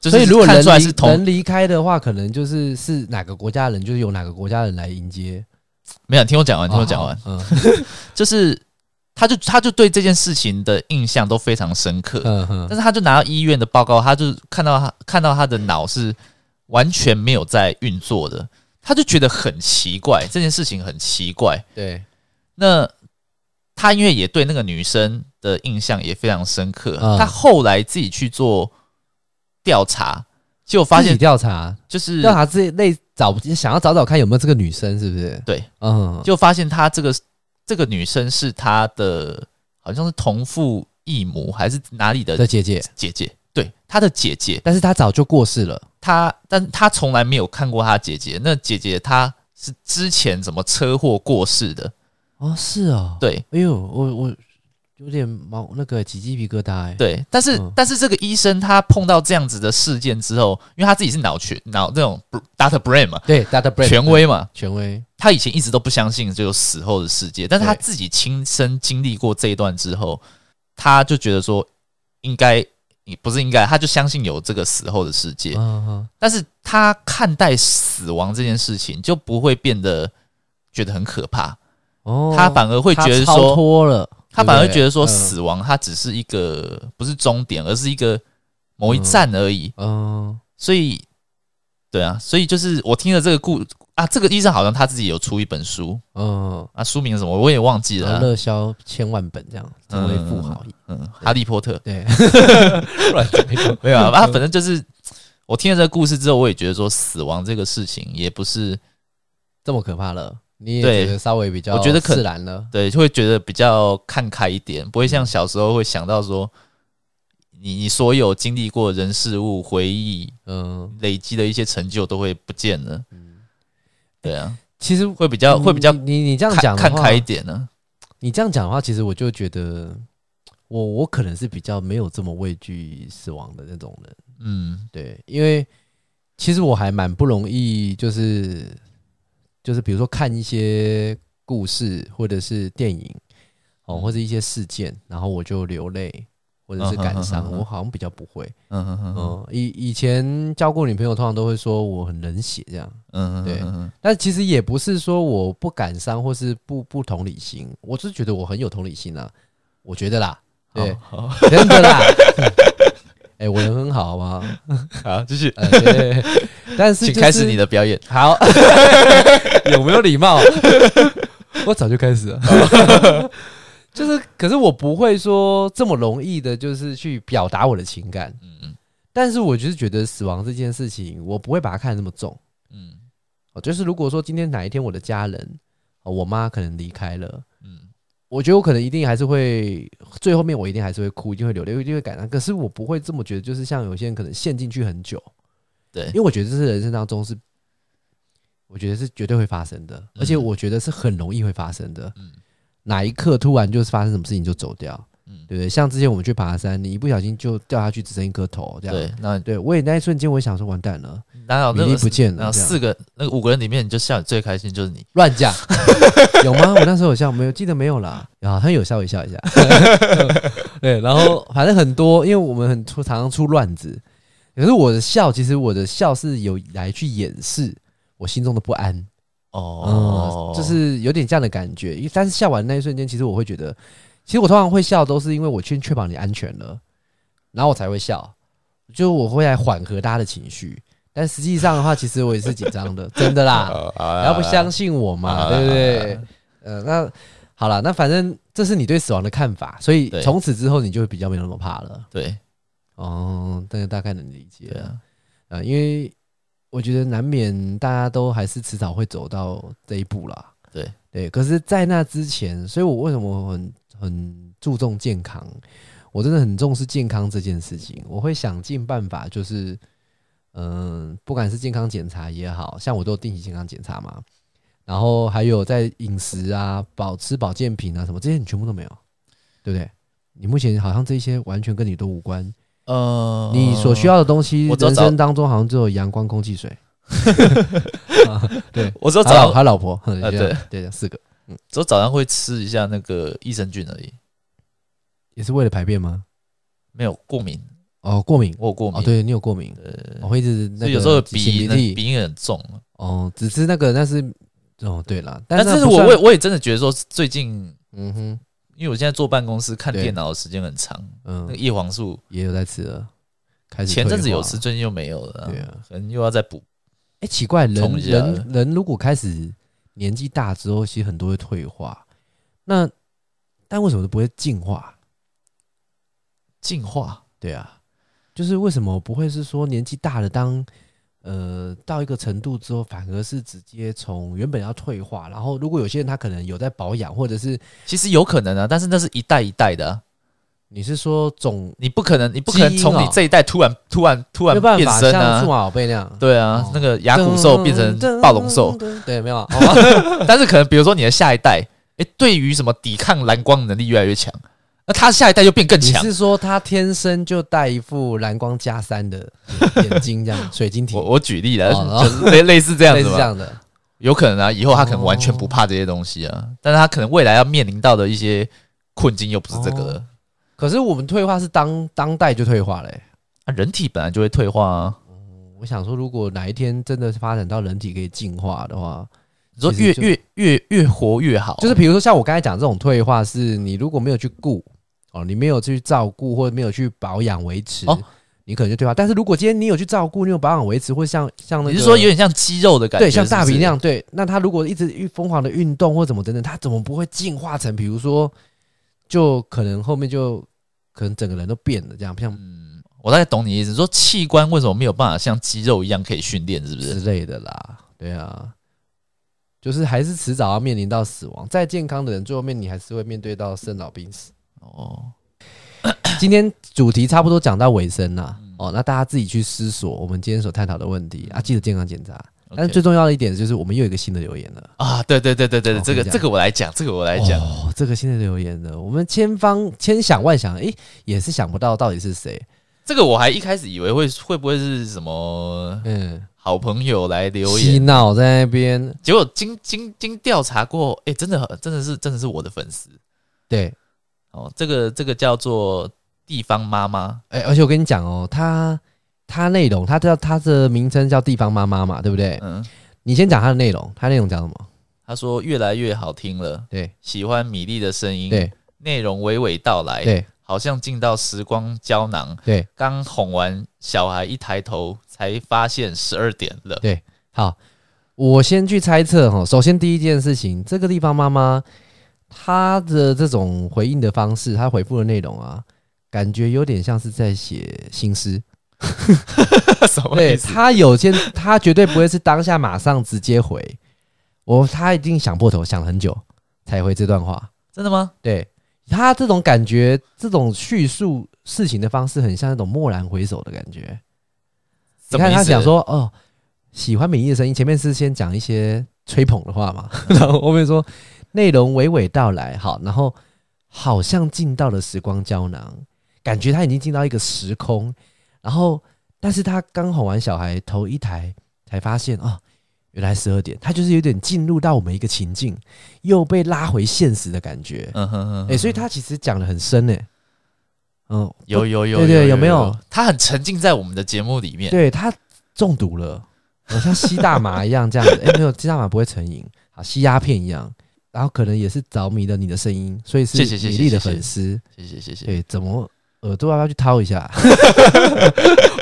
[SPEAKER 1] 就是，
[SPEAKER 2] 所以如果
[SPEAKER 1] 看
[SPEAKER 2] 人
[SPEAKER 1] 出来
[SPEAKER 2] 离
[SPEAKER 1] 是同
[SPEAKER 2] 人离开的话，可能就是是哪个国家的人，就是由哪个国家的人来迎接。
[SPEAKER 1] 没有，你听我讲完，听我讲完，
[SPEAKER 2] 哦，
[SPEAKER 1] 就是他就他就对这件事情的印象都非常深刻。
[SPEAKER 2] 嗯嗯
[SPEAKER 1] 但是他就拿到医院的报告，他就看到他看到他的脑是完全没有在运作的，他就觉得很奇怪，这件事情很奇怪。
[SPEAKER 2] 对，
[SPEAKER 1] 那他因为也对那个女生的印象也非常深刻，
[SPEAKER 2] 嗯
[SPEAKER 1] 他后来自己去做调查，结果发
[SPEAKER 2] 自己
[SPEAKER 1] 现
[SPEAKER 2] 调查，
[SPEAKER 1] 就是
[SPEAKER 2] 调查自己类找，想要找找看有没有这个女生，是不是？
[SPEAKER 1] 对，
[SPEAKER 2] 嗯，
[SPEAKER 1] 就发现他这个这个女生是他的好像是同父异母还是哪里
[SPEAKER 2] 的
[SPEAKER 1] 的
[SPEAKER 2] 姐姐，
[SPEAKER 1] 姐姐，对，他的姐姐。
[SPEAKER 2] 但是她早就过世了。
[SPEAKER 1] 他，但他从来没有看过他姐姐。那姐姐她是之前怎么车祸过世的？
[SPEAKER 2] 哦，是哦，，
[SPEAKER 1] 对
[SPEAKER 2] 哎呦，我我有点毛那个起鸡皮疙瘩，哎，
[SPEAKER 1] 对，但是、
[SPEAKER 2] 嗯
[SPEAKER 1] 但是这个医生他碰到这样子的事件之后，因为他自己是脑全脑那种 Data Brain 嘛，
[SPEAKER 2] 对，data brain
[SPEAKER 1] 权威嘛，
[SPEAKER 2] 权威，
[SPEAKER 1] 他以前一直都不相信只有死后的世界，但是他
[SPEAKER 2] 对
[SPEAKER 1] 自己亲身经历过这一段之后，他就觉得说应该。不是应该，他就相信有这个死后的世界，
[SPEAKER 2] 嗯嗯，
[SPEAKER 1] 但是他看待死亡这件事情就不会变得觉得很可怕，
[SPEAKER 2] 哦，
[SPEAKER 1] 他反而会觉得
[SPEAKER 2] 她超
[SPEAKER 1] 说，
[SPEAKER 2] 脱了，
[SPEAKER 1] 他反而
[SPEAKER 2] 对不对
[SPEAKER 1] 觉得说，
[SPEAKER 2] 嗯
[SPEAKER 1] 死亡它只是一个不是终点，而是一个某一站而已。
[SPEAKER 2] 嗯，
[SPEAKER 1] 所以，对啊，所以就是我听了这个故啊，这个医生好像他自己有出一本书
[SPEAKER 2] 嗯，
[SPEAKER 1] 啊，书名是什么我也忘记了
[SPEAKER 2] 然
[SPEAKER 1] 啊、
[SPEAKER 2] 后热销千万本这样，成为富豪。
[SPEAKER 1] 嗯，哈利波特
[SPEAKER 2] 对，乱讲一通。
[SPEAKER 1] 没 有啊，啊反正就是我听了这个故事之后，我也觉得说，死亡这个事情也不是
[SPEAKER 2] 这么可怕了，你也
[SPEAKER 1] 对
[SPEAKER 2] 觉得稍微比较，
[SPEAKER 1] 我觉得可
[SPEAKER 2] 自然了。
[SPEAKER 1] 对，就会觉得比较看开一点，不会像小时候会想到说，你你所有经历过的人事物回忆。
[SPEAKER 2] 嗯，
[SPEAKER 1] 累积的一些成就都会不见了。对啊，
[SPEAKER 2] 其实
[SPEAKER 1] 会比较会比较
[SPEAKER 2] 你你你这样
[SPEAKER 1] 看
[SPEAKER 2] 讲的
[SPEAKER 1] 看
[SPEAKER 2] 话
[SPEAKER 1] 开一点呢、
[SPEAKER 2] 你这样讲的话，其实我就觉得我我可能是比较没有这么畏惧死亡的那种人。
[SPEAKER 1] 嗯
[SPEAKER 2] 对，因为其实我还蛮不容易，就是就是比如说看一些故事或者是电影哦，
[SPEAKER 1] 嗯
[SPEAKER 2] 或者一些事件，然后我就流泪或者是
[SPEAKER 1] 嗯哼
[SPEAKER 2] 感
[SPEAKER 1] 哼
[SPEAKER 2] 伤，
[SPEAKER 1] 哼哼
[SPEAKER 2] 我好像比较不会。
[SPEAKER 1] 嗯嗯嗯嗯
[SPEAKER 2] 嗯，以以前交过女朋友，通常都会说我很冷血这样，
[SPEAKER 1] 嗯，
[SPEAKER 2] 对
[SPEAKER 1] 嗯
[SPEAKER 2] 但其实也不是说我不感伤或是不不同理心，我是觉得我很有同理心啊，我觉得啦，对，，
[SPEAKER 1] 好好
[SPEAKER 2] 真的啦， 哎、我人很好好吗？
[SPEAKER 1] 好，继续，
[SPEAKER 2] 呃，对，但是、
[SPEAKER 1] 请开始你
[SPEAKER 2] 的
[SPEAKER 1] 的表演。
[SPEAKER 2] 好，有没有礼 貌？我早就开始了， 就是，可是我不会说这么容易的，就是去表达我的情感。
[SPEAKER 1] 嗯嗯
[SPEAKER 2] 但是我就是觉得死亡这件事情，我不会把它看得那么重。
[SPEAKER 1] 嗯
[SPEAKER 2] 哦，就是如果说今天哪一天我的家人，哦、我妈可能离开了，
[SPEAKER 1] 嗯
[SPEAKER 2] 我觉得我可能一定还是会最后面我一定还是会哭，一定会流泪，一定会感伤。可是我不会这么觉得，就是像有些人可能陷进去很久，
[SPEAKER 1] 对
[SPEAKER 2] 因为我觉得这是人生当中是，我觉得是绝对会发生的，而且我觉得是很容易会发生的。
[SPEAKER 1] 嗯
[SPEAKER 2] 哪一刻突然就是发生什么事情就走掉，
[SPEAKER 1] 嗯
[SPEAKER 2] 对不对？像之前我们去爬山，你一不小心就掉下去，只剩一颗头这样。
[SPEAKER 1] 对，那
[SPEAKER 2] 对，我也那一瞬间，我也想说完蛋了，
[SPEAKER 1] 哪有
[SPEAKER 2] 米
[SPEAKER 1] 那
[SPEAKER 2] 粒
[SPEAKER 1] 个
[SPEAKER 2] 不见
[SPEAKER 1] 然
[SPEAKER 2] 了，
[SPEAKER 1] 后
[SPEAKER 2] 这样
[SPEAKER 1] 四个那个五个人里面，你就笑得最开心就是你。
[SPEAKER 2] 乱讲 有吗？我那时候有笑没有？记得没有啦，啊，他有笑一笑一下。 对，然后反正很多，因为我们很出常常出乱子，可是我的笑，其实我的笑是有来去掩饰我心中的不安。
[SPEAKER 1] 哦
[SPEAKER 2] 哦，，就是有点这样的感觉。因为但是笑完那一瞬间，其实我会觉得，其实我通常会笑都是因为我先确保你安全了，然后我才会笑，就我会来缓和大家的情绪。但实际上的话，其实我也是紧张的，真的啦，
[SPEAKER 1] 啊
[SPEAKER 2] 你要不相信我嘛，
[SPEAKER 1] 好啦
[SPEAKER 2] 对不对
[SPEAKER 1] 好？
[SPEAKER 2] 呃，那好了，那反正这是你对死亡的看法，所以
[SPEAKER 1] 对
[SPEAKER 2] 从此之后你就比较没有那么怕了。
[SPEAKER 1] 对
[SPEAKER 2] 哦，但是大概能理解
[SPEAKER 1] 对
[SPEAKER 2] 了。
[SPEAKER 1] 啊，
[SPEAKER 2] 呃，因为我觉得难免大家都还是迟早会走到这一步啦。
[SPEAKER 1] 对
[SPEAKER 2] 对，可是，在那之前，所以我为什么很很注重健康？我真的很重视健康这件事情，我会想尽办法，就是嗯、不管是健康检查也好像我都有定期健康检查嘛，然后还有在饮食啊、保吃保健品啊什么这些，你全部都没有，对不对？你目前好像这些完全跟你都无关，
[SPEAKER 1] 呃，
[SPEAKER 2] 你所需，要的东西，
[SPEAKER 1] 哦我只有
[SPEAKER 2] 人
[SPEAKER 1] 找
[SPEAKER 2] 生当中好像只有阳光、空气、水，
[SPEAKER 1] 我只有
[SPEAKER 2] 还有
[SPEAKER 1] 早
[SPEAKER 2] 还有老婆，哼
[SPEAKER 1] 呃
[SPEAKER 2] 就这样
[SPEAKER 1] 对
[SPEAKER 2] 对对，四个
[SPEAKER 1] 只有早上会吃一下那个益生菌而已，
[SPEAKER 2] 也是为了排便吗？
[SPEAKER 1] 没有过敏，
[SPEAKER 2] 哦，过敏，
[SPEAKER 1] 我有过
[SPEAKER 2] 哦，
[SPEAKER 1] 敏，
[SPEAKER 2] 对你有过敏，我会一直那
[SPEAKER 1] 所
[SPEAKER 2] 个
[SPEAKER 1] 以有时候
[SPEAKER 2] 擤
[SPEAKER 1] 鼻
[SPEAKER 2] 鼻
[SPEAKER 1] 那
[SPEAKER 2] 涕，
[SPEAKER 1] 鼻音很重。
[SPEAKER 2] 哦，只是那个，但是哦，对了，
[SPEAKER 1] 啊但
[SPEAKER 2] 是
[SPEAKER 1] 是
[SPEAKER 2] 那不
[SPEAKER 1] 我
[SPEAKER 2] 算
[SPEAKER 1] 我也我也真的觉得说，最近
[SPEAKER 2] 嗯哼
[SPEAKER 1] 因为我现在坐办公室看
[SPEAKER 2] 对
[SPEAKER 1] 电脑的时间很长，那个
[SPEAKER 2] 嗯，
[SPEAKER 1] 叶黄素
[SPEAKER 2] 也有在吃了，开始
[SPEAKER 1] 前阵子
[SPEAKER 2] 退化
[SPEAKER 1] 有吃，，最近又没有了啊，
[SPEAKER 2] 对啊，
[SPEAKER 1] 可能又要再补。
[SPEAKER 2] 哎，奇怪，人
[SPEAKER 1] 冲一下
[SPEAKER 2] 人人如果开始年纪大之后，其实很多会退化，那但为什么都不会进化？
[SPEAKER 1] 进化，
[SPEAKER 2] 对啊，就是为什么不会是说年纪大了当呃到一个程度之后，反而是直接从原本要退化，然后如果有些人他可能有在保养，或者是
[SPEAKER 1] 其实有可能啊，但是那是一代一代的、啊，
[SPEAKER 2] 你是说总
[SPEAKER 1] 你不可能，你不可能
[SPEAKER 2] 基因
[SPEAKER 1] 从
[SPEAKER 2] 哦
[SPEAKER 1] 你这一代突然、突然、突
[SPEAKER 2] 没
[SPEAKER 1] 然
[SPEAKER 2] 有办
[SPEAKER 1] 变
[SPEAKER 2] 法
[SPEAKER 1] 身
[SPEAKER 2] 像
[SPEAKER 1] 啊
[SPEAKER 2] 数，码宝贝那样，
[SPEAKER 1] 对啊，
[SPEAKER 2] 哦
[SPEAKER 1] 那个牙骨兽变成暴龙兽，，
[SPEAKER 2] 对，没有啊，
[SPEAKER 1] 但是可能比如说你的下一代，诶，对于什么抵抗蓝光能力越来越强，那他下一代就变更
[SPEAKER 2] 你
[SPEAKER 1] 强。
[SPEAKER 2] 是说他天生就戴一副蓝光加三的眼睛这样，水晶 体
[SPEAKER 1] 我，我举例了，
[SPEAKER 2] 哦
[SPEAKER 1] 就是类类似这样
[SPEAKER 2] 类
[SPEAKER 1] 子
[SPEAKER 2] 似这
[SPEAKER 1] 吧，
[SPEAKER 2] 样哦的，
[SPEAKER 1] 有可能啊，以后他可能完全不怕这些东西啊，但是他可能未来要面临到的一些困境又不是这个
[SPEAKER 2] 哦
[SPEAKER 1] 了。
[SPEAKER 2] 可是我们退化是当当代就退化嘞、欸
[SPEAKER 1] 啊人体本来就会退化啊，
[SPEAKER 2] 我想说，如果哪一天真的是发展到人体可以进化的话，
[SPEAKER 1] 你说
[SPEAKER 2] 其实
[SPEAKER 1] 越
[SPEAKER 2] 就
[SPEAKER 1] 越越越活越好，
[SPEAKER 2] 就是比如说像我刚才讲这种退化，是你如果没有去顾哦，你没有去照顾或者没有去保养维持，
[SPEAKER 1] 哦
[SPEAKER 2] 你可能就退化。但是如果今天你有去照顾，你有保养维持，或者像像那个，
[SPEAKER 1] 你是说有点像肌肉的感觉，
[SPEAKER 2] 对像大
[SPEAKER 1] 是
[SPEAKER 2] 鼻
[SPEAKER 1] 不
[SPEAKER 2] 那
[SPEAKER 1] 是
[SPEAKER 2] 样，对，那他如果一直疯狂的运动或怎么等等，他怎么不会进化成比如说，就可能后面就可能整个人都变了这样，像
[SPEAKER 1] 嗯，我大概懂你意思，说器官为什么没有办法像肌肉一样可以训练，是不是？
[SPEAKER 2] 之类的啦，对啊。就是还是迟早要面临到死亡，再健康的人，最后面你还是会面对到生老病死。
[SPEAKER 1] 哦，
[SPEAKER 2] 今天主题差不多讲到尾声啦、
[SPEAKER 1] 嗯
[SPEAKER 2] 哦，那大家自己去思索我们今天所探讨的问题啊，记得健康检查。但是
[SPEAKER 1] OK
[SPEAKER 2] 最重要的一点就是，我们又有一个新的留言了。
[SPEAKER 1] 啊，对对对对对
[SPEAKER 2] 我
[SPEAKER 1] 对，
[SPEAKER 2] 跟
[SPEAKER 1] 这个
[SPEAKER 2] 你讲
[SPEAKER 1] 这个我来讲，这个我来讲，
[SPEAKER 2] 哦，这个新的留言呢，我们千方千想万想，诶，也是想不到到底是谁。
[SPEAKER 1] 这个我还一开始以为会会不会是什么
[SPEAKER 2] 嗯，
[SPEAKER 1] 好朋友来留
[SPEAKER 2] 洗
[SPEAKER 1] 言，
[SPEAKER 2] 脑在那边，
[SPEAKER 1] 结果经经经调查过，哎，真的真的是真的是我的粉丝
[SPEAKER 2] 对，
[SPEAKER 1] 哦，这个这个叫做地方妈妈，
[SPEAKER 2] 诶，而且我跟你讲哦，他他内容，他叫他的名称叫地方妈妈嘛，对不对？
[SPEAKER 1] 嗯，
[SPEAKER 2] 你先讲他的内容，他内容讲什么？
[SPEAKER 1] 她说越来越好听了，
[SPEAKER 2] 对
[SPEAKER 1] 喜欢米粒的声音，
[SPEAKER 2] 对
[SPEAKER 1] 内容娓娓道来，
[SPEAKER 2] 对
[SPEAKER 1] 好像进到时光胶囊。
[SPEAKER 2] 对，
[SPEAKER 1] 刚哄完小孩，一抬头才发现十二点了。
[SPEAKER 2] 好，我先去猜测哈。首先第一件事情，这个地方妈妈她的这种回应的方式，她回复的内容啊，感觉有点像是在写新诗。
[SPEAKER 1] 什么
[SPEAKER 2] 对
[SPEAKER 1] 意思？
[SPEAKER 2] 她有些，她绝对不会是当下马上直接回，我她一定想破头，想了很久才回这段话。
[SPEAKER 1] 真的吗？
[SPEAKER 2] 对她这种感觉，这种叙述事情的方式，很像那种蓦然回首的感觉。
[SPEAKER 1] 什
[SPEAKER 2] 你
[SPEAKER 1] 么
[SPEAKER 2] 看
[SPEAKER 1] 意
[SPEAKER 2] 他
[SPEAKER 1] 思？
[SPEAKER 2] 讲说哦，喜欢美丽的声音，前面是先讲一些吹捧的话嘛， 然后后面说内容娓娓道来，好，然后好像进到了时光胶囊，感觉他已经进到一个时空，然后但是他刚哄完小孩头一台才发现啊、原来十二点，他就是有点进入到我们一个情境，又被拉回现实的感觉，
[SPEAKER 1] 嗯哼哼
[SPEAKER 2] 哎、
[SPEAKER 1] 哼，
[SPEAKER 2] 所以他其实讲的很深呢、嗯，
[SPEAKER 1] 有有有，
[SPEAKER 2] 对对有没有？
[SPEAKER 1] 他很沉浸在我们的节目里面，
[SPEAKER 2] 对他中毒了，好像吸大麻一样这样子。 哎、没有，吸大麻不会成瘾，好，吸鸦片一样。然后可能也是着迷了你的声音，所以是
[SPEAKER 1] 谢谢谢谢
[SPEAKER 2] 米粒的
[SPEAKER 1] 谢谢
[SPEAKER 2] 粉丝。
[SPEAKER 1] 谢谢谢谢。
[SPEAKER 2] 对，怎么耳朵要不要去掏一 下？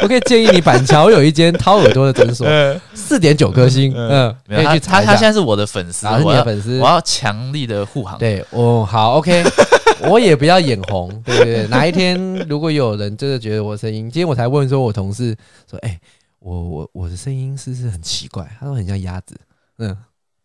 [SPEAKER 2] 我可以建议你板桥有一间掏耳朵的 诊所，
[SPEAKER 1] 呃，
[SPEAKER 2] 四点九颗星，嗯，
[SPEAKER 1] 没有
[SPEAKER 2] 可以
[SPEAKER 1] 他
[SPEAKER 2] 去
[SPEAKER 1] 他
[SPEAKER 2] 查一
[SPEAKER 1] 他
[SPEAKER 2] 下。
[SPEAKER 1] 现在是我的粉丝，
[SPEAKER 2] 然后是
[SPEAKER 1] 我
[SPEAKER 2] 你的
[SPEAKER 1] 要
[SPEAKER 2] 粉丝
[SPEAKER 1] 我，要强力的护航。
[SPEAKER 2] 对，哦，好，OK，我也不要眼红，对对对，哪一天如果有人真的觉得我声音，今天我才问说，我同事说，哎、我我我的声音是不是很奇怪？他说很像鸭子，嗯，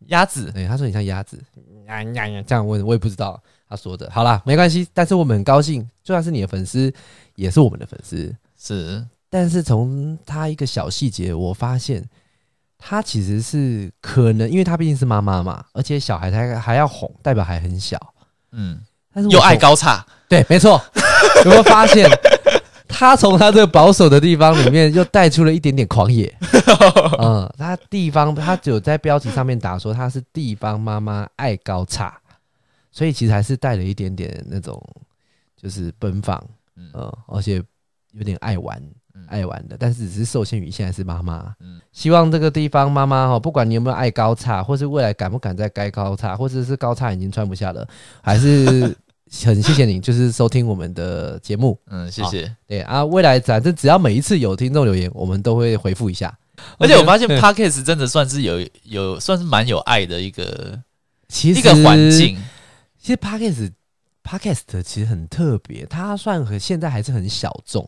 [SPEAKER 1] 鸭子，
[SPEAKER 2] 对，他说很像鸭子，呀呀呀，这样问我也不知道，他说的，好啦，没关系，但是我们很高兴，就算是你的粉丝，也是我们的粉丝，
[SPEAKER 1] 是
[SPEAKER 2] 但是从他一个小细节，我发现他其实是可能，因为他毕竟是妈妈嘛，而且小孩他还要哄，代表还很小。
[SPEAKER 1] 嗯，
[SPEAKER 2] 但是我
[SPEAKER 1] 又爱
[SPEAKER 2] 从
[SPEAKER 1] 高差，
[SPEAKER 2] 对，没错。 有没有发现，他从他这个保守的地方里面又带出了一点点狂野？嗯，他地方他只有在标题上面打说他是地方妈妈爱高差，所以其实还是带了一点点那种就是奔放，
[SPEAKER 1] 嗯
[SPEAKER 2] 嗯，而且有点爱玩。
[SPEAKER 1] 嗯
[SPEAKER 2] 爱玩的，但是只是受限于现在是妈妈。
[SPEAKER 1] 嗯
[SPEAKER 2] 希望这个地方妈妈哈，不管你有没有爱高差，或是未来敢不敢再该高差，或者是高差已经穿不下了，还是很谢谢你，就是收听我们的节目。
[SPEAKER 1] 嗯，谢
[SPEAKER 2] 好
[SPEAKER 1] 谢。
[SPEAKER 2] 对啊，未来反正只要每一次有听众留言，我们都会回复一下。
[SPEAKER 1] 而且我发现
[SPEAKER 2] 对
[SPEAKER 1] podcast 真的算是有有算是蛮有爱的一个
[SPEAKER 2] 其实
[SPEAKER 1] 一个环，境，
[SPEAKER 2] 其实 podcast podcast 其实很特别，它算和现在还是很小众。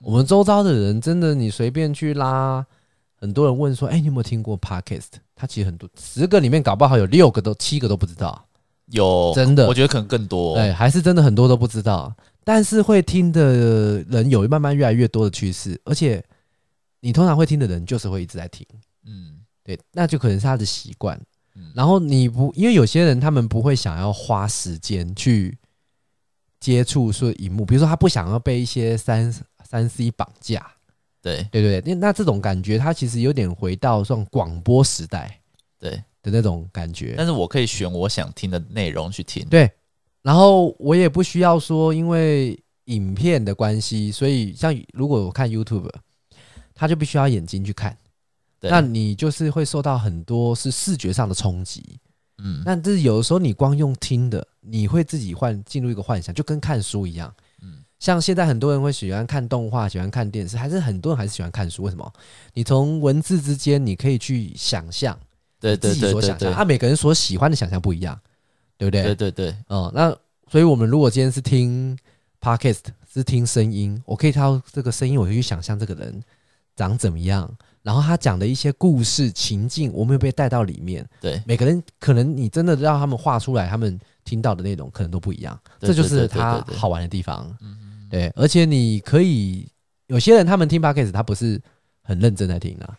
[SPEAKER 2] 我们周遭的人真的，你随便去拉，很多人问说：“哎、你有没有听过 podcast？” 它其实很多，十个里面搞不好有六个都七个都不知道，
[SPEAKER 1] 有
[SPEAKER 2] 真的
[SPEAKER 1] 我觉得可能更多。
[SPEAKER 2] 对，哎还是真的很多都不知道。但是会听的人有慢慢越来越多的趋势，而且你通常会听的人就是会一直在听，
[SPEAKER 1] 嗯
[SPEAKER 2] 对，那就可能是他的习惯。
[SPEAKER 1] 嗯，
[SPEAKER 2] 然后你不，因为有些人他们不会想要花时间去接触说荧幕，比如说他不想要被一些三三 C 绑架，
[SPEAKER 1] 对
[SPEAKER 2] 对对对，那那这种感觉，他其实有点回到像广播时代
[SPEAKER 1] 对，
[SPEAKER 2] 的那种感觉。
[SPEAKER 1] 但是我可以选我想听的内容去听。
[SPEAKER 2] 对，然后我也不需要说，因为影片的关系，所以像如果我看 YouTube，他就必须要眼睛去看，
[SPEAKER 1] 对，
[SPEAKER 2] 那你就是会受到很多是视觉上的冲击。
[SPEAKER 1] 嗯
[SPEAKER 2] 那这有的时候你光用听的，你会自己幻进入一个幻想，就跟看书一样。
[SPEAKER 1] 嗯
[SPEAKER 2] 像现在很多人会喜欢看动画，喜欢看电视，还是很多人还是喜欢看书。为什么？你从文字之间，你可以去想象
[SPEAKER 1] 对
[SPEAKER 2] 自
[SPEAKER 1] 对
[SPEAKER 2] 己
[SPEAKER 1] 对
[SPEAKER 2] 所
[SPEAKER 1] 对
[SPEAKER 2] 想象，
[SPEAKER 1] 对
[SPEAKER 2] 啊，每个人所喜欢的想象不一样，对不对？
[SPEAKER 1] 对对对，
[SPEAKER 2] 嗯，那所以我们如果今天是听 podcast，是听声音，我可以靠这个声音，我可以去想象这个人长怎么样，然后他讲的一些故事情境，我们有被带到里面。
[SPEAKER 1] 对
[SPEAKER 2] 每个人可能你真的让他们画出来，他们听到的内容可能都不一样，
[SPEAKER 1] 对
[SPEAKER 2] 这就
[SPEAKER 1] 对
[SPEAKER 2] 是
[SPEAKER 1] 对对
[SPEAKER 2] 它
[SPEAKER 1] 对嗯对
[SPEAKER 2] 好玩的地方。对，而且你可以有些人他们听 podcast，他不是很认真在听啊，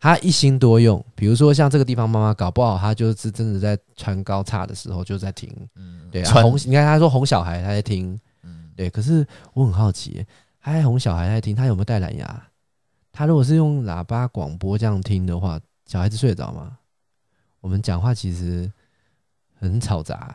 [SPEAKER 2] 他一心多用。比如说像这个地方妈妈，搞不好他就是真的在穿高叉的时候就在听。
[SPEAKER 1] 嗯，
[SPEAKER 2] 对啊，
[SPEAKER 1] 传
[SPEAKER 2] 哄你看他说哄小孩，他在听，
[SPEAKER 1] 嗯
[SPEAKER 2] 对。可是我很好奇耶，他在哄小孩他在听，他有没有带蓝牙？他如果是用喇叭广播这样听的话，小孩子睡得着吗？我们讲话其实很吵杂，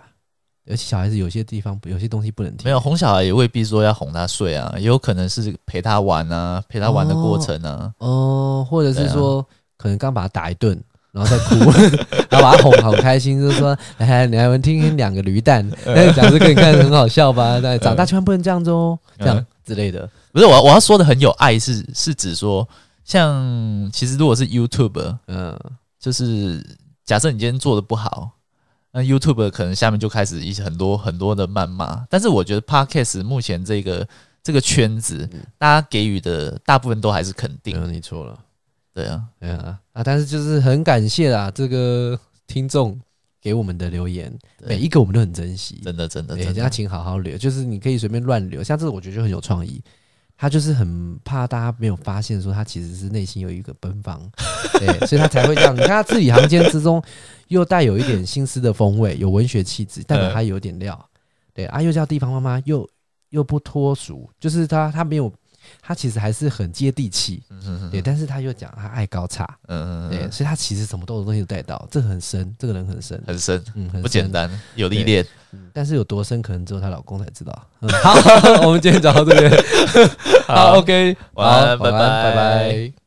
[SPEAKER 2] 而且小孩子有些地方有些东西不能听。
[SPEAKER 1] 没有哄小孩也未必说要哄他睡啊，也有可能是陪他玩啊，陪他玩的过程啊。
[SPEAKER 2] 哦，或者
[SPEAKER 1] 对
[SPEAKER 2] 是
[SPEAKER 1] 啊
[SPEAKER 2] 说、可能刚把他打一顿，然后再哭， 然后把他哄好开心，就说来来，你来听听两个 驴蛋，那讲这个你看很好笑吧？那长大千万不能这样子哦，这样
[SPEAKER 1] 嗯
[SPEAKER 2] 之类的。
[SPEAKER 1] 不是我我要说的很有爱是是指说，像其实如果是 YouTube，
[SPEAKER 2] 嗯，
[SPEAKER 1] 就是假设你今天做的不好，那 YouTube 可能下面就开始一些很多很多的谩骂。但是我觉得 Podcast 目前这个这个圈子，
[SPEAKER 2] 嗯
[SPEAKER 1] 大家给予的大部分都还是肯定。
[SPEAKER 2] 有你错了，
[SPEAKER 1] 对啊，
[SPEAKER 2] 对啊啊！但是就是很感谢啊，这个听众给我们的留言，
[SPEAKER 1] 对
[SPEAKER 2] 每一个我们都很珍惜。
[SPEAKER 1] 真的真的
[SPEAKER 2] 对，
[SPEAKER 1] 真
[SPEAKER 2] 大家
[SPEAKER 1] 的，
[SPEAKER 2] 请好好留，就是你可以随便乱留，像这个我觉得就很有创意。他就是很怕大家没有发现，说他其实是内心有一个奔 放，对，所以他才会这样。你看他字里行间之中又带有一点心思的风味，有文学气质，代表他有点料。对啊，又叫地方妈妈，又又不脱俗，就是他他没有，他其实还是很接地气，对，但是他又讲他爱搞茶，
[SPEAKER 1] 嗯嗯
[SPEAKER 2] 对，
[SPEAKER 1] 嗯，
[SPEAKER 2] 所以他其实什么都有东西都带到，这很深，这个人很深，
[SPEAKER 1] 很深，
[SPEAKER 2] 嗯，很
[SPEAKER 1] 不简
[SPEAKER 2] 深
[SPEAKER 1] 单，有历练。
[SPEAKER 2] 但是有多深，可能只有她老公才知道。 嗯 好，我们今天讲到这边。好，OK，
[SPEAKER 1] 晚安
[SPEAKER 2] 好晚
[SPEAKER 1] 拜拜
[SPEAKER 2] 安拜拜。